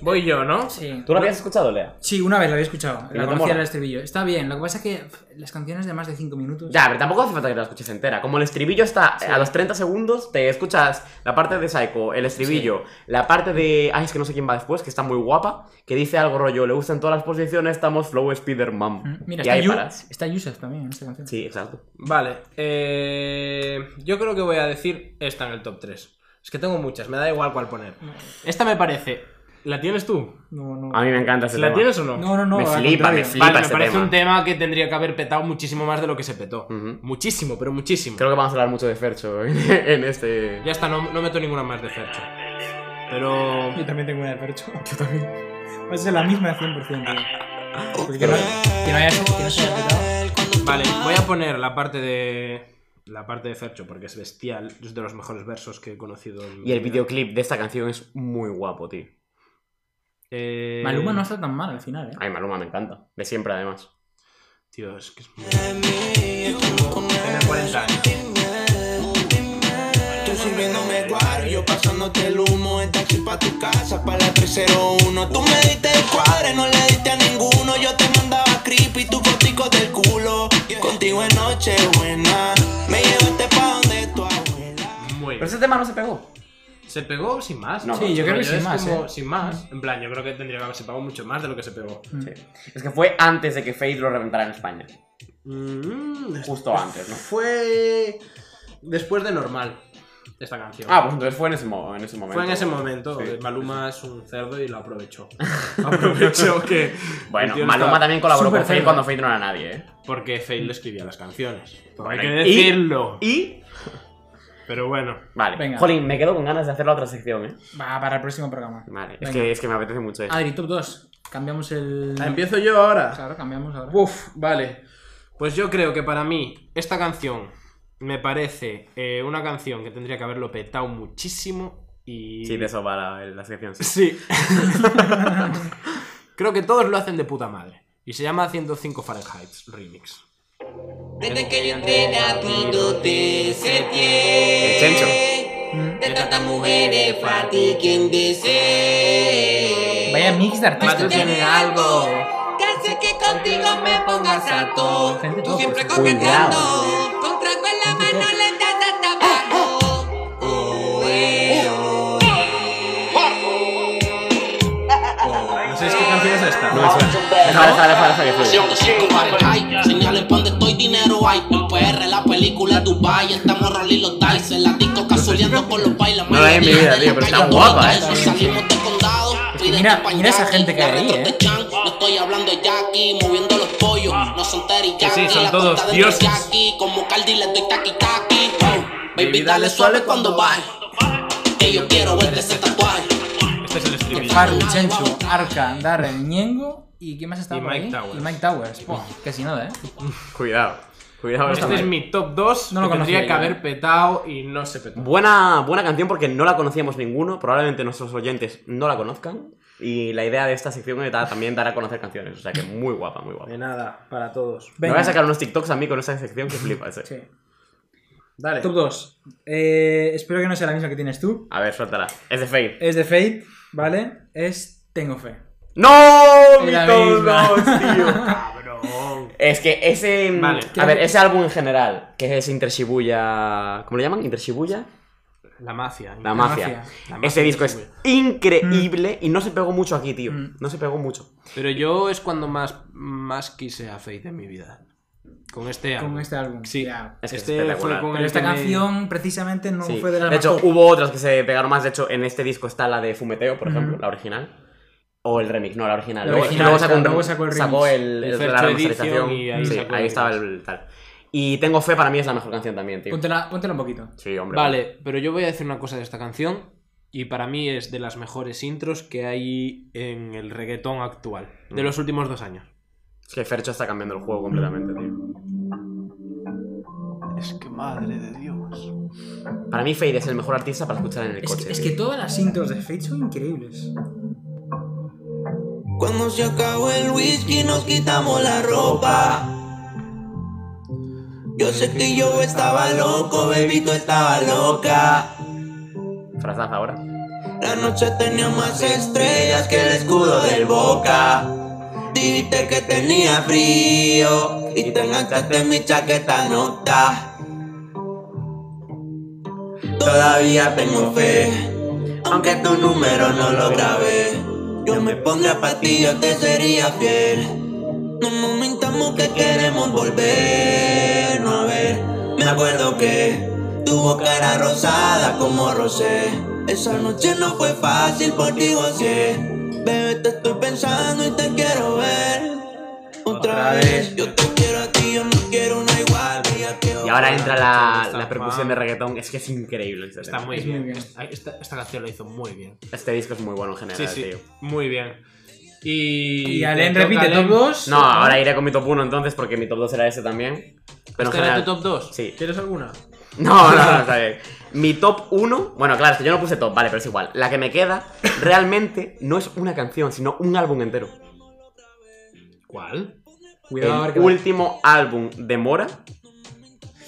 S1: Voy yo, ¿no?
S3: Sí.
S2: ¿Tú la habías escuchado, Lea?
S3: Sí, una vez la había escuchado.
S2: ¿Y no
S3: La
S2: te
S3: conocía
S2: mola?
S3: el estribillo. Está bien, lo que pasa es que pff, las canciones de más de 5 minutos.
S2: Ya, pero tampoco hace falta que la escuches entera. Como el estribillo está a los 30 segundos, te escuchas la parte de Psycho, el estribillo, la parte de. Ay, es que no sé quién va después, que está muy guapa, que dice algo rollo, le gustan todas las posiciones, estamos Flow Spider
S3: Mm,
S2: Man.
S3: Mira,
S2: y
S3: está,
S2: ahí
S3: Yu-
S2: paras.
S3: está Yusef también en esta canción.
S2: Sí, exacto.
S1: Vale. eh, yo creo que voy a decir esta en el top 3. Es que tengo muchas, me da igual cuál poner. Esta me parece. ¿La tienes tú?
S3: No, no.
S2: A mí me encanta ese
S1: ¿La
S2: tema.
S1: tienes o no?
S3: No, no, no.
S2: Me
S3: al
S2: flipa,
S3: contrario.
S2: me flipa.
S1: Vale, me
S2: ese
S1: parece
S2: tema.
S1: un tema que tendría que haber petado muchísimo más de lo que se petó.
S2: Ujú.
S1: Muchísimo, pero muchísimo.
S2: Creo que vamos a hablar mucho de Fercho en este.
S1: Ya está, no, no meto ninguna más de Fercho. Pero.
S3: Yo también tengo una de Percho. Yo también. Va a ser la misma de 100%. tío. Porque no, que no haya que no se haya petado.
S1: Vale, voy a poner la parte de. La parte de Fercho, porque es bestial. Es de los mejores versos que he conocido. en mi
S2: Y el
S1: vida.
S2: videoclip de esta canción es muy guapo, tío.
S1: Eh,
S3: Maluma no está tan mal al final, ¿eh?
S2: Ay, Maluma me encanta. De siempre, además.
S1: Tío, es que es muy. Tiene 40 años.
S4: Tú sirviéndome guaro, yo pasándote el humo. En taxi pa' tu casa, pa' la 301. Tú me diste el cuadre, no le diste a ninguno. Yo te mandaba creepy, tu gotico del culo. Contigo en noche buena, me llevaste pa' donde tu abuela.
S1: Muy bien.
S2: Pero ese tema no se pegó.
S1: ¿Se pegó sin más?
S2: No.
S3: Sí, yo creo que
S1: Rollo,
S3: sin
S1: es
S3: más.
S1: como
S3: ¿eh?
S1: Sin más. En plan, yo creo que tendría que haberse pagado mucho más de lo que se pegó.
S2: Mm. Es que fue antes de que Face lo reventara en España.
S1: Mm,
S2: Justo antes, ¿no?
S1: Fue. Después de normal. Esta canción.
S2: Ah, pues entonces fue en ese, mo- en ese momento.
S1: Fue en ese momento.
S2: Sí.
S1: Maluma es un cerdo y lo aprovechó. aprovechó que.
S2: Bueno,
S1: el tío
S2: Maluma
S1: estaba-
S2: también colaboró
S3: Súper
S2: con Faith
S3: feo.
S2: cuando Faith no era nadie, ¿eh?
S1: Porque Fail le escribía las canciones. Hay
S2: Bueno,
S1: que
S2: y-
S1: decirlo.
S2: Y.
S1: Pero bueno.
S2: Vale.
S3: Venga.
S2: Jolín, me quedo con ganas de hacer la otra sección, ¿eh?
S3: Va para el próximo programa.
S2: Vale. Es
S3: Venga.
S2: que, es que me apetece mucho eso.
S3: Adri, top 2. Cambiamos el.
S1: Empiezo yo ahora.
S3: Claro, cambiamos ahora.
S1: Uf, vale. Pues yo creo que para mí, esta canción me parece eh, una canción que tendría que haberlo petado muchísimo. Y.
S2: Sí, de eso va la, la sección. sí.
S1: Sí. Creo que todos lo hacen de puta madre. Y se llama 105 Fahrenheit Remix.
S8: Desde que yo entré a ti no te
S2: El
S8: sentí
S2: Chencho.
S8: De tantas mujeres para ti quien desee
S3: Vaya mix de
S8: Tú
S3: artistas. eh.
S8: tienes algo que hace que contigo me pongas a to.
S3: Gente
S8: Tú
S3: top,
S8: siempre
S3: pues.
S8: coqueteando.
S2: Cuidado.
S8: Con trago en la mano le das hasta abajo. Oh, eh, oh,
S1: ¿No sabéis qué canción es esta?
S2: No me suena. Deja, deja, deja, deja que fluya.
S4: Señales
S11: Dubai, en PR, la película es Dubai, estamos rolling los dice, en la disco cazuleando con los bailes.
S2: No la vi en mi vida, tío, pero está guapa, eh.
S11: Salimos de condado, piden
S3: Ah, Mira, mira esa gente que hay ahí, eh. Ah.
S11: chan, no estoy hablando de Jackie, moviendo los pollos, no son
S1: Que sí,
S11: teriyaki,
S1: son
S11: la
S1: todos
S11: cuenta de
S1: dioses.
S11: Jackie, como Cardi le doy taqui taqui. Wow, Baby, dale suave cuando baje, que yo quiero verte ese tatuaje.
S1: Este es el estribillo.
S3: Faru, Chenchu, Arca, Darren, Ñengo. ¿Y quién más estaba
S1: Y
S3: por
S1: Mike
S3: ahí?
S1: Towers.
S3: Y Mike Towers. Buah, casi nada, ¿eh?
S2: Cuidado. Cuidado con
S1: Este
S2: esta.
S1: es mi top 2.
S3: No lo
S1: que tendría
S3: conocía
S1: que
S3: yo,
S1: haber
S3: eh.
S1: petado y no se petó.
S2: Buena, buena canción porque no la conocíamos ninguno. Probablemente nuestros oyentes no la conozcan. Y la idea de esta sección era también dar a conocer canciones. O sea que muy guapa, muy guapa.
S1: De nada, para todos.
S2: Me
S3: Venga.
S2: voy a sacar unos TikToks a mí con esta sección que flipa ese.
S3: Sí.
S1: Dale.
S3: Top 2. espero que no sea la misma que tienes tú.
S2: A ver, suéltala. Es de Fade.
S3: Es de Fate, ¿vale? Es Tengo Fe.
S2: ¡No! Mi
S3: Era
S2: top
S3: misma.
S2: dos, tío.
S1: Cabrón.
S2: Es que ese. mm,
S1: Vale.
S2: A ver, ese álbum en general, que es Inter Shibuya. ¿Cómo le llaman? Inter Shibuya.
S1: La mafia.
S2: La,
S3: mafia.
S2: mafia.
S1: La mafia
S2: Ese
S1: de
S2: disco es
S1: Shibuya.
S2: increíble y no se pegó mucho aquí, tío.
S3: Mm.
S2: No se pegó mucho.
S1: Pero yo es cuando más, más quise a Faith en mi vida. Con este álbum.
S3: Con este álbum.
S1: Sí.
S3: Ya.
S2: Es que es
S1: este fue
S2: espectacular.
S1: con
S3: Pero
S1: el
S3: esta
S1: que me-
S3: canción precisamente no
S2: Sí.
S3: fue de las
S2: de
S3: más
S2: hecho,
S3: top.
S2: hubo otras que se pegaron más. De hecho, en este disco está la de Fumeteo, por
S3: Ujú.
S2: ejemplo, la original. O el remix, no, la original.
S3: La
S2: luego,
S3: original,
S2: luego sacó, un
S3: claro,
S2: remix,
S3: luego
S2: sacó
S3: sacó el remix.
S1: El
S2: el, el-
S1: Fercho
S2: la
S1: Edition
S2: remasterización.
S1: y ahí
S2: Sí,
S1: sacó el
S2: ahí estaba el tal. Y Tengo Fe para mí es la mejor canción también, tío.
S3: Póntela, póntela un poquito.
S2: Sí, hombre.
S1: Vale, pero yo voy a decir una cosa de esta canción. Y para mí es de las mejores intros que hay en el reggaetón actual. De
S2: Mm.
S1: los últimos dos años.
S2: Es que Fercho está cambiando el juego completamente, tío.
S1: Es que madre de Dios.
S2: Para mí, Fade es el mejor artista para escuchar en el
S3: Es
S2: coche.
S3: que, es
S2: tío.
S3: que todas las intros de Fate son increíbles.
S11: Cuando se acabó el whisky nos quitamos la ropa. Yo sé que yo estaba loco, baby, tú estaba loca.
S2: Frasaza ahora.
S11: La noche tenía más estrellas que el escudo del Boca. Dijiste que tenía frío y te enganchaste en mi chaqueta nota. Todavía tengo fe, aunque tu número no lo grabé. Yo me pondré para ti, yo te sería fiel. No nos mintamos que queremos volver, no a ver. Me acuerdo que tu boca era rosada como rosé. Esa noche no fue fácil por ti gocé. Bebé, te estoy pensando y te quiero ver. Otra vez, yo te quiero a ti, yo no quiero una igual. ella quiero
S2: Y ahora entra la,
S1: Está
S2: la percusión
S1: fan.
S2: de reggaetón. Es que es increíble. este
S1: Está
S2: tema.
S1: muy
S3: Es
S1: bien.
S3: muy bien.
S1: Esta, esta- esta canción lo hizo muy bien.
S2: Este disco es muy bueno en general,
S1: Sí, sí.
S2: tío.
S1: Muy bien. Y.
S3: Y Alen
S1: te toca,
S3: repite
S1: Alen.
S3: top 2.
S2: No, ahora iré con mi top 1 entonces, porque mi top 2 era ese también. Pero en
S1: ¿Esta Este era
S2: general.
S1: tu top 2?
S2: Sí.
S1: ¿Quieres alguna?
S2: No, no, no, está bien. Mi top 1, bueno, claro, es que yo no puse top, vale, pero es igual. La que me queda realmente no es una canción, sino un álbum entero.
S1: ¿Cuál?
S3: Cuidado, a ver
S2: el
S3: qué va.
S2: último álbum de Mora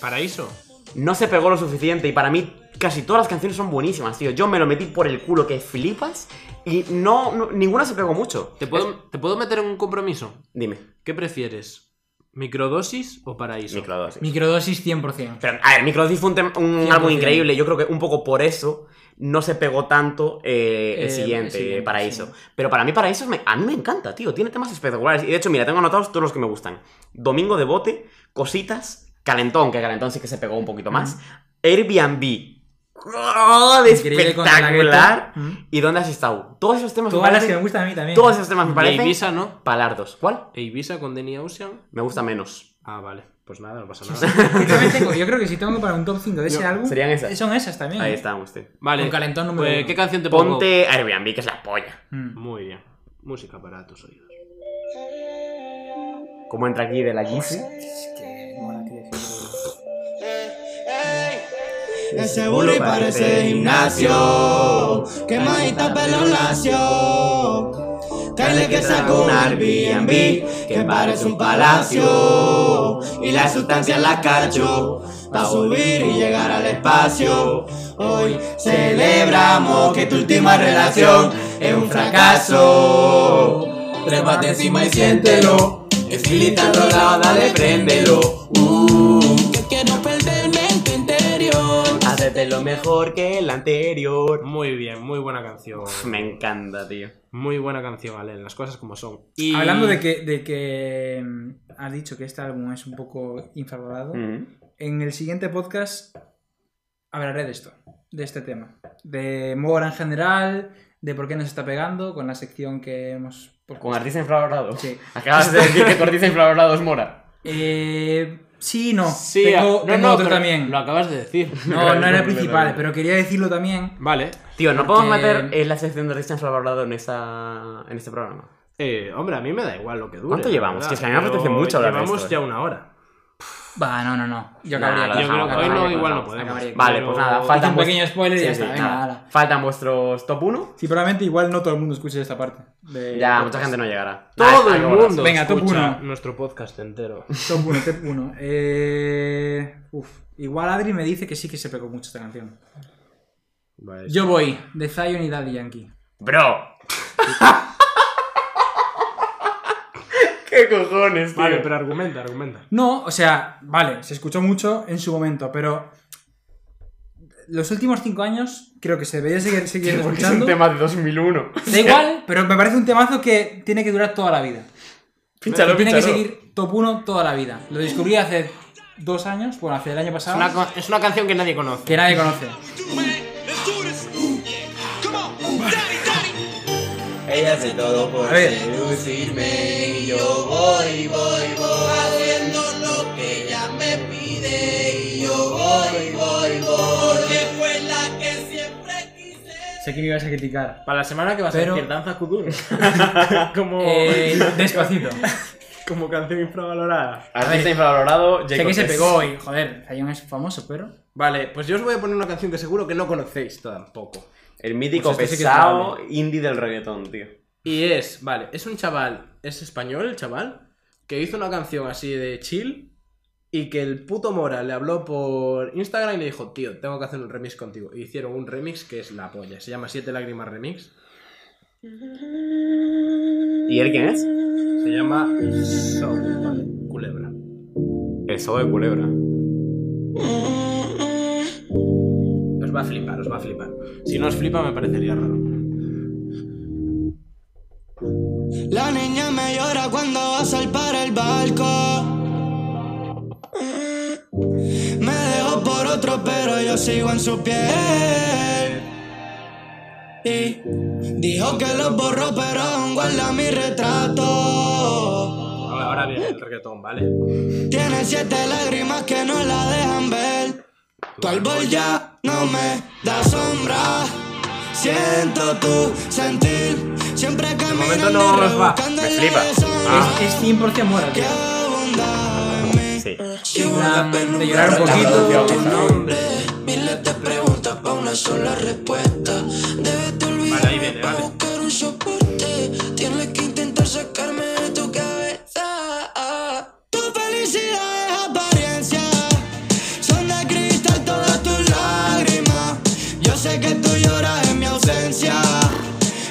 S1: ¿Paraíso?
S2: no se pegó lo suficiente y para mí casi todas las canciones son buenísimas, tío. Yo me lo metí por el culo que flipas y no, no- ninguna se pegó mucho.
S1: ¿Te puedo, ¿Te puedo meter en un compromiso?
S2: Dime,
S1: ¿Qué prefieres? ¿Microdosis o paraíso?
S2: Microdosis.
S3: Microdosis 100%.
S2: Pero, a ver, Microdosis fue un, tem- un
S3: 100%.
S2: álbum increíble. Yo creo que un poco por eso no se pegó tanto eh, el,
S3: Eh,
S2: siguiente,
S3: el siguiente,
S2: Paraíso.
S3: sí.
S2: Pero para mí, Paraíso me- a mí me encanta, tío. Tiene temas espectaculares. Y de hecho, mira, tengo anotados todos los que me gustan: Domingo de Bote, Cositas, Calentón, que Calentón sí que se pegó un poquito más. Airbnb. ¡Oh, de
S3: Increíble con la
S2: espectacular.
S3: guitarra. Mm.
S2: ¿Y dónde has estado? Todos esos temas
S3: Todas
S2: me
S3: las que me
S2: parecen-
S3: gustan a mí también.
S2: Todos esos temas me
S1: ¿Y
S2: parecen.
S1: Ibiza no?
S2: Palardos. ¿Cuál?
S1: ¿E Ibiza con Denny Ocean?
S2: Me gusta menos.
S1: Ah, vale. Pues nada, no pasa nada.
S3: Yo también tengo- yo creo que si tengo que para un top 5 de ese álbum,
S2: serían esas.
S3: son esas también.
S2: Ahí estamos, tío.
S1: vale.
S3: Con calentón número
S1: pues,
S3: uno.
S1: ¿Qué canción te pongo?
S2: Ponte Airbnb, que es la polla.
S3: Mm.
S1: Muy bien. Música para tus oídos.
S2: Como entra aquí de la Yeezy.
S11: Ese burro parece este gimnasio. Quemadita pelo lacio. Caile que sacó un Airbnb que parece un palacio. Y la sustancia la cacho para subir y llegar al espacio. Hoy celebramos que tu última relación es un fracaso. Trépate encima y siéntelo. El filita enrolado, dale, préndelo. Uh, que quiero perderme en tu interior.
S2: Hace de lo mejor que el anterior.
S1: Muy bien, muy buena canción.
S2: Me encanta, tío.
S1: Muy buena canción, Ale, las cosas como son. Y-
S3: Hablando de que, de que mm, has dicho que este álbum es un poco infravalorado,
S2: Mm.
S3: en el siguiente podcast hablaré de esto, de este tema. De Mora en general, de por qué nos está pegando, con la sección que hemos...
S2: Con artista infravalorado.
S3: Sí.
S2: Acabas de decir que tu artista infravalorado es Mora.
S3: Eh, sí, no.
S1: Sí,
S3: tengo,
S1: ah,
S3: tengo otro
S1: pero
S3: también.
S1: Lo acabas de decir.
S3: No, no era el
S11: Completamente.
S3: principal, pero quería decirlo también.
S1: Vale.
S2: Tío, no
S3: Porque-
S2: podemos meter eh, la sección de artista infravalorado en, esta, en este programa.
S1: Eh, hombre, a mí me da igual lo que dure.
S2: ¿Cuánto
S1: la
S2: llevamos?
S1: verdad,
S2: Que es que a mí me
S1: pero
S2: apetece mucho hablar de
S1: Llevamos
S2: esto, eh.
S1: ya una hora.
S3: Va, no, no, no. Yo
S2: Nah,
S3: acabaría
S2: lo
S3: aquí.
S1: Yo creo que hoy
S2: acabaría
S1: no,
S2: aquí,
S1: igual no
S2: vamos,
S1: podemos.
S3: acabaría aquí.
S2: Vale,
S1: pero-
S2: pues nada,
S3: Hice
S2: faltan
S3: un pequeño spoiler y ya está, venga,
S2: nada.
S3: hala.
S2: Faltan vuestros top 1.
S3: Sí, probablemente igual no todo el mundo escuche esta parte. de-
S2: Ya, mucha gente no llegará.
S1: Todo
S2: Nada,
S1: el
S2: ahora sí.
S1: mundo
S3: Venga, top
S1: Ah, escucha
S3: uno.
S1: nuestro podcast entero.
S3: Top 1, top 1. Eh, uf. Igual Adri me dice que sí que se pegó mucho esta canción.
S1: Vale,
S3: Yo voy, de Zion y Daddy Yankee.
S2: Bro. ¿Qué cojones, tío?
S1: Vale, pero argumenta, argumenta.
S3: No, o sea, vale, se escuchó mucho en su momento, pero los últimos 5 años creo que se debería seguir
S2: Tío,
S3: siguiendo
S2: porque es
S3: escuchando.
S2: un tema de 2001.
S3: Da igual, pero me parece un temazo que tiene que durar toda la vida.
S2: Pínchalo,
S3: Que tiene que
S2: pínchalo.
S3: seguir top 1 toda la vida. Lo descubrí hace dos años, bueno, hace el año
S1: Es
S3: pasado,
S1: una, co- es una canción que nadie conoce.
S3: que nadie conoce.
S11: Ella hace todo por
S3: A ver.
S11: seducirme y yo
S8: Voy, voy, voy haciendo lo que ella me pide. Y yo voy, voy, voy. Porque fue la que siempre quise.
S3: Sé que me ibas a criticar.
S1: Para la semana que vas
S3: Pero-
S1: a decir Danza Kuduro. como,
S3: Eh, despacito.
S1: como canción infravalorada.
S2: Artista infravalorado, Jacob.
S3: sé que se
S2: Tess.
S3: pegó y, joder, Zion es famoso, pero...
S1: Vale, pues yo os voy a poner una canción que seguro que no conocéis tampoco.
S2: El mítico
S3: Pues esto sí que es
S2: pesado indie del reggaetón, tío.
S1: Y es, vale, es un chaval, es español el chaval, que hizo una canción así de chill y que el puto Mora le habló por Instagram y le dijo, tío, tengo que hacer un remix contigo. Y hicieron un remix que es la polla, se llama Siete Lágrimas Remix.
S2: ¿Y él quién es?
S1: Se llama Soul, vale, culebra.
S2: El Sobo de Culebra.
S1: Os va a flipar, os va a flipar. Si no os flipa me parecería raro.
S4: La niña me llora cuando vas al para el barco. Me dejó por otro, pero yo sigo en su piel. Y dijo que lo borró, pero aún guarda mi retrato.
S1: Ahora, ahora viene el reggaetón, ¿vale?
S4: Tiene siete lágrimas que no la dejan ver. Tu árbol ya no me da sombra. Siento tu sentir. Siempre
S1: momento
S4: caminando
S1: no os va.
S4: rebuscando
S2: Me
S4: en la
S2: flipa.
S4: sombra
S2: Ah,
S3: Es, es 100% mora, tío.
S4: que abundaba en mí.
S2: sí.
S4: Llevo la
S3: plan de llorar un
S4: penumbra
S3: poquito.
S4: tratando tu nombre. Miles de preguntas pa' una sola respuesta. Debes de
S1: Vale, ahí
S4: olvidarme
S1: viene,
S4: pa'
S1: vale.
S4: buscar un soporte. Tienes que intentar sacarme de tu cabeza. Tu felicidad es apariencia. Son de cristal todas tus lágrimas. Yo sé que tú lloras en mi ausencia.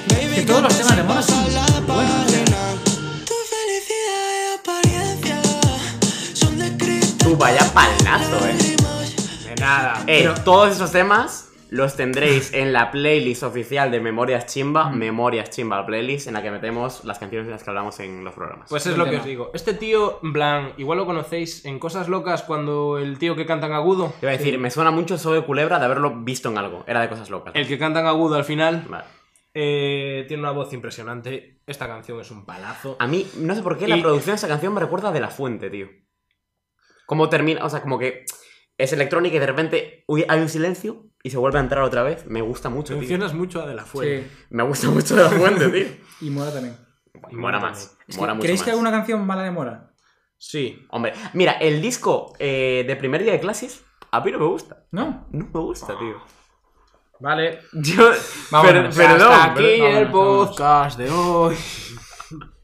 S4: Baby,
S3: Que todos los temas de Mora son
S4: pasa la
S3: buenos, tío.
S4: página. Tu felicidad es apariencia. Son de cristal.
S2: Tú vaya palazo, eh.
S1: De nada.
S2: Eh, todos esos temas los tendréis en la playlist oficial de Memorias Chimba,
S3: Mm.
S2: Memorias Chimba la playlist, en la que metemos las canciones de las que hablamos en los programas.
S1: Pues es
S3: Buen
S1: lo que
S3: tema.
S1: os digo. Este tío, en plan, igual lo conocéis en Cosas Locas cuando el tío que canta en agudo,
S2: Te iba a decir, me suena mucho sobre Culebra de haberlo visto en algo. Era de cosas locas.
S1: el que canta en agudo al final,
S2: Vale.
S1: eh, tiene una voz impresionante. Esta canción es un palazo.
S2: A mí, no sé por qué la
S1: Y-
S2: producción de esa canción me recuerda de La Fuente, tío. Como termina, o sea, como que es electrónica y de repente uy, hay un silencio y se vuelve a entrar otra vez. Me gusta mucho, tío.
S1: Mencionas mucho a De La Fuente.
S3: Sí,
S2: Me gusta mucho de La Fuente, tío.
S3: y Mora también.
S2: Y Mora más.
S3: Es que,
S2: Mora mucho
S3: ¿Creéis
S2: más.
S3: que alguna canción mala de Mora?
S1: Sí.
S2: Hombre, mira, el disco eh, de primer día de clases a mí no me gusta.
S3: ¿No?
S2: No me gusta, tío.
S1: Vale.
S2: Yo, pero,
S3: Vámonos,
S2: perdón,
S1: Hasta aquí
S3: vámonos,
S1: el
S3: vámonos.
S1: podcast de hoy.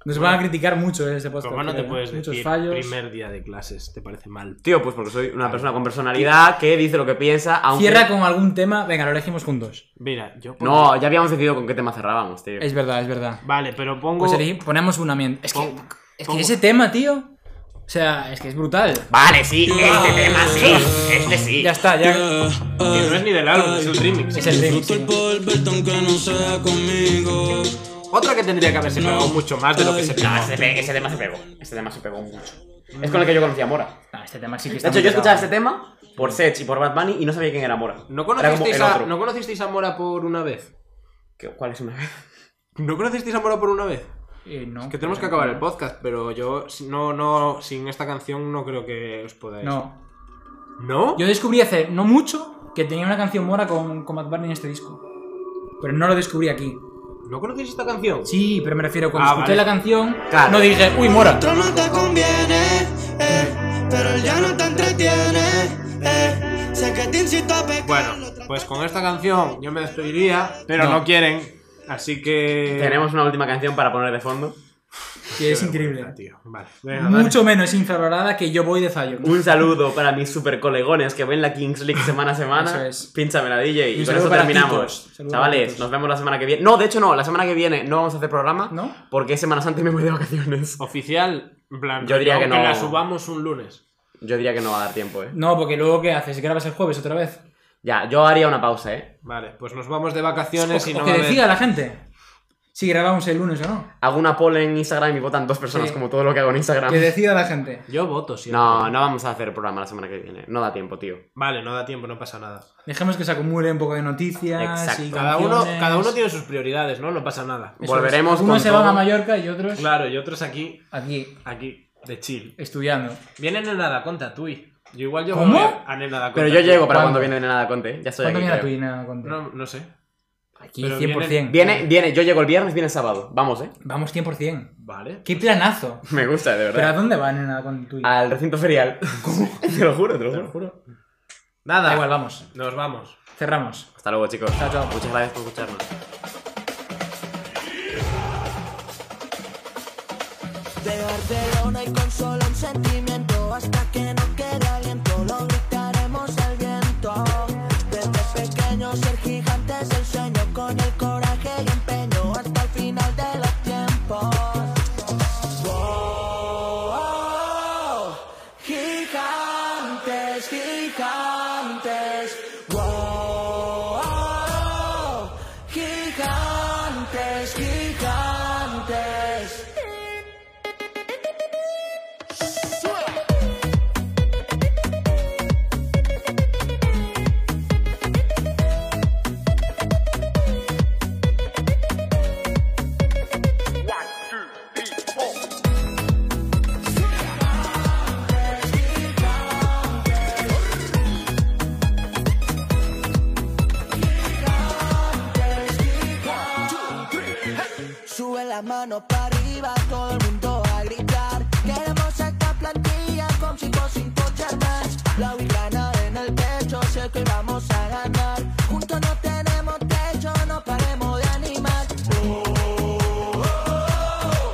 S3: Nos van a criticar mucho eh, este podcast.
S1: Como no te
S3: creo, ¿eh?
S1: puedes
S3: Muchos
S1: decir
S3: fallos.
S1: primer día de clases, te parece mal.
S2: Tío, pues porque soy una persona con personalidad que dice lo que piensa, aunque...
S3: Cierra con algún tema. Venga, lo elegimos juntos.
S1: Mira, yo pongo-
S2: No, ya habíamos decidido con qué tema cerrábamos, tío.
S3: Es verdad, Pues es verdad.
S1: Vale, pero pongo
S3: Pues elegí- ponemos una mierda. Es que,
S1: Pongo-
S3: es que
S1: pongo-
S3: ese tema, tío. O sea, es que es brutal.
S2: Vale, sí, este tema sí, este sí.
S3: Ah. Ya está, ya.
S1: Que no es ni del álbum, es el remix.
S3: Es el remix. sí.
S1: Otra que tendría que haberse pegado mucho más de lo que se pegó.
S2: No, ese, pe- ese tema se pegó. Ese tema se pegó mucho. Es con el que yo conocía a Mora.
S3: Ah, este tema sí que
S2: De
S3: está
S2: hecho,
S3: muy
S2: yo escuchaba
S3: pegado.
S2: este tema por Sech y por Bad Bunny y no sabía quién era Mora.
S1: ¿No
S2: Era como
S1: conocisteis,
S2: el
S1: a,
S2: otro.
S1: ¿No conocisteis a Mora por una vez?
S2: ¿Qué- ¿Cuál es una vez?
S1: ¿No conocisteis a Mora por una vez?
S3: Eh, no.
S1: Que tenemos que acabar el podcast, pero yo si- no, no, sin esta canción no creo que os podáis.
S3: No.
S1: ¿No?
S3: Yo descubrí hace no mucho que tenía una canción mora con, con Bad Bunny en este disco. Pero no lo descubrí aquí.
S1: ¿No conocéis esta canción?
S3: Sí, pero me refiero cuando
S1: Ah,
S3: escuché
S1: vale.
S3: la canción,
S2: Claro.
S3: no dije, uy, mora.
S4: Otro no te conviene, eh, pero él ya no te entretiene, eh, sé que te incito a pecar.
S1: Bueno, pues con esta canción yo me despediría, pero
S3: No.
S1: no, quieren, así que...
S2: Tenemos una última canción para poner de fondo.
S3: Que es
S1: Qué vergüenza,
S3: increíble.
S1: tío. Vale, venga, dale.
S3: Mucho menos infravalorada que yo voy de Zion.
S2: Un saludo para mis super colegones que ven la Kings League semana a semana.
S3: Eso es.
S2: Pínchame la DJ. Y,
S3: Y un
S2: con
S3: saludo
S2: eso
S3: para
S2: terminamos.
S3: Titos. Saludo para
S2: Chavales,
S3: Titos.
S2: nos vemos la semana que viene. No, de hecho no, la semana que viene no vamos a hacer programa.
S3: ¿No?
S2: Porque es Semana Santa y me voy de vacaciones.
S1: Oficial, en plan,
S2: Yo diría que
S1: aunque
S2: no.
S1: la subamos un lunes.
S2: Yo diría que no va a dar tiempo, eh.
S3: No, porque luego ¿qué haces? ¿Grabas el jueves otra vez?
S2: Ya, yo haría una pausa, eh.
S1: Vale, pues nos vamos de vacaciones y
S3: o
S1: no va
S3: que
S1: a haber-
S3: decida la gente si grabamos el lunes o no.
S2: Hago una poll en Instagram y votan dos personas
S3: Sí.
S2: como todo lo que hago en Instagram.
S3: Que
S1: Ah.
S3: decida la gente.
S1: Yo voto siempre.
S2: No, no vamos a hacer programa la semana que viene. No da tiempo, tío.
S1: Vale, no da tiempo, no pasa nada.
S3: Dejemos que se acumule un poco de noticias
S2: Exacto.
S3: y
S1: Cada uno,
S3: canciones.
S1: cada uno tiene sus prioridades, ¿no? No pasa nada.
S3: Eso es.
S2: Volveremos
S3: Unos
S2: con
S3: se van
S2: todo.
S3: a Mallorca y otros
S1: Claro, y otros aquí,
S3: aquí
S1: aquí, de chill.
S3: estudiando.
S1: Viene Nenada con Tatuí. Yo igual llego
S3: ¿Cómo?
S1: a a Nenada con
S2: Pero yo
S1: Tatuí.
S2: llego para cuando
S3: ¿Cuándo?
S2: viene de nada Conte. eh. Ya estoy aquí.
S3: ¿Cuándo viene la
S2: creo.
S3: tuina, Conte?
S1: No, no sé.
S3: aquí
S1: pero
S3: 100%.
S1: viene-
S2: Viene, viene, yo llego el viernes, viene el sábado. Vamos, eh.
S3: Vamos 100%.
S1: Vale.
S3: ¡Qué planazo!
S2: Me gusta, de
S3: ¿Pero a
S2: verdad.
S3: dónde va Nena con tu
S2: Al recinto ferial. te lo juro, te lo juro.
S1: Nada.
S3: Da igual, vamos.
S1: Nos vamos.
S3: Cerramos.
S2: Hasta luego, chicos.
S3: Chao, chao.
S2: Muchas gracias por escucharnos.
S8: De Barcelona y con solo un sentimiento Hasta que no quede aliento lo gritaremos al viento Desde pequeño ser gigante es el sueño Con el coraje y empeño hasta el final de los tiempos Wow, gigantes, gigantes Wow, gigantes, gigantes Sube la mano para arriba, todo el mundo a gritar. Queremos esta plantilla con cinco sin cochar más. La gana en el pecho, sé que vamos a ganar. Juntos no tenemos techo, no paremos de animar. Oh, oh, oh.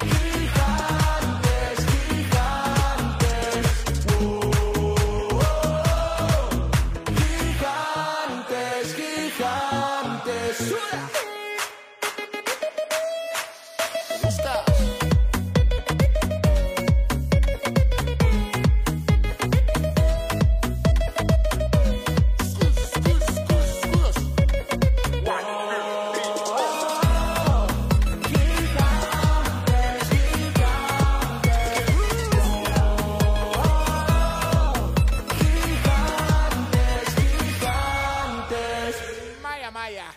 S8: Gigantes, gigantes. Oh, oh, oh. Gigantes, gigantes. Suena. Maya, Maya.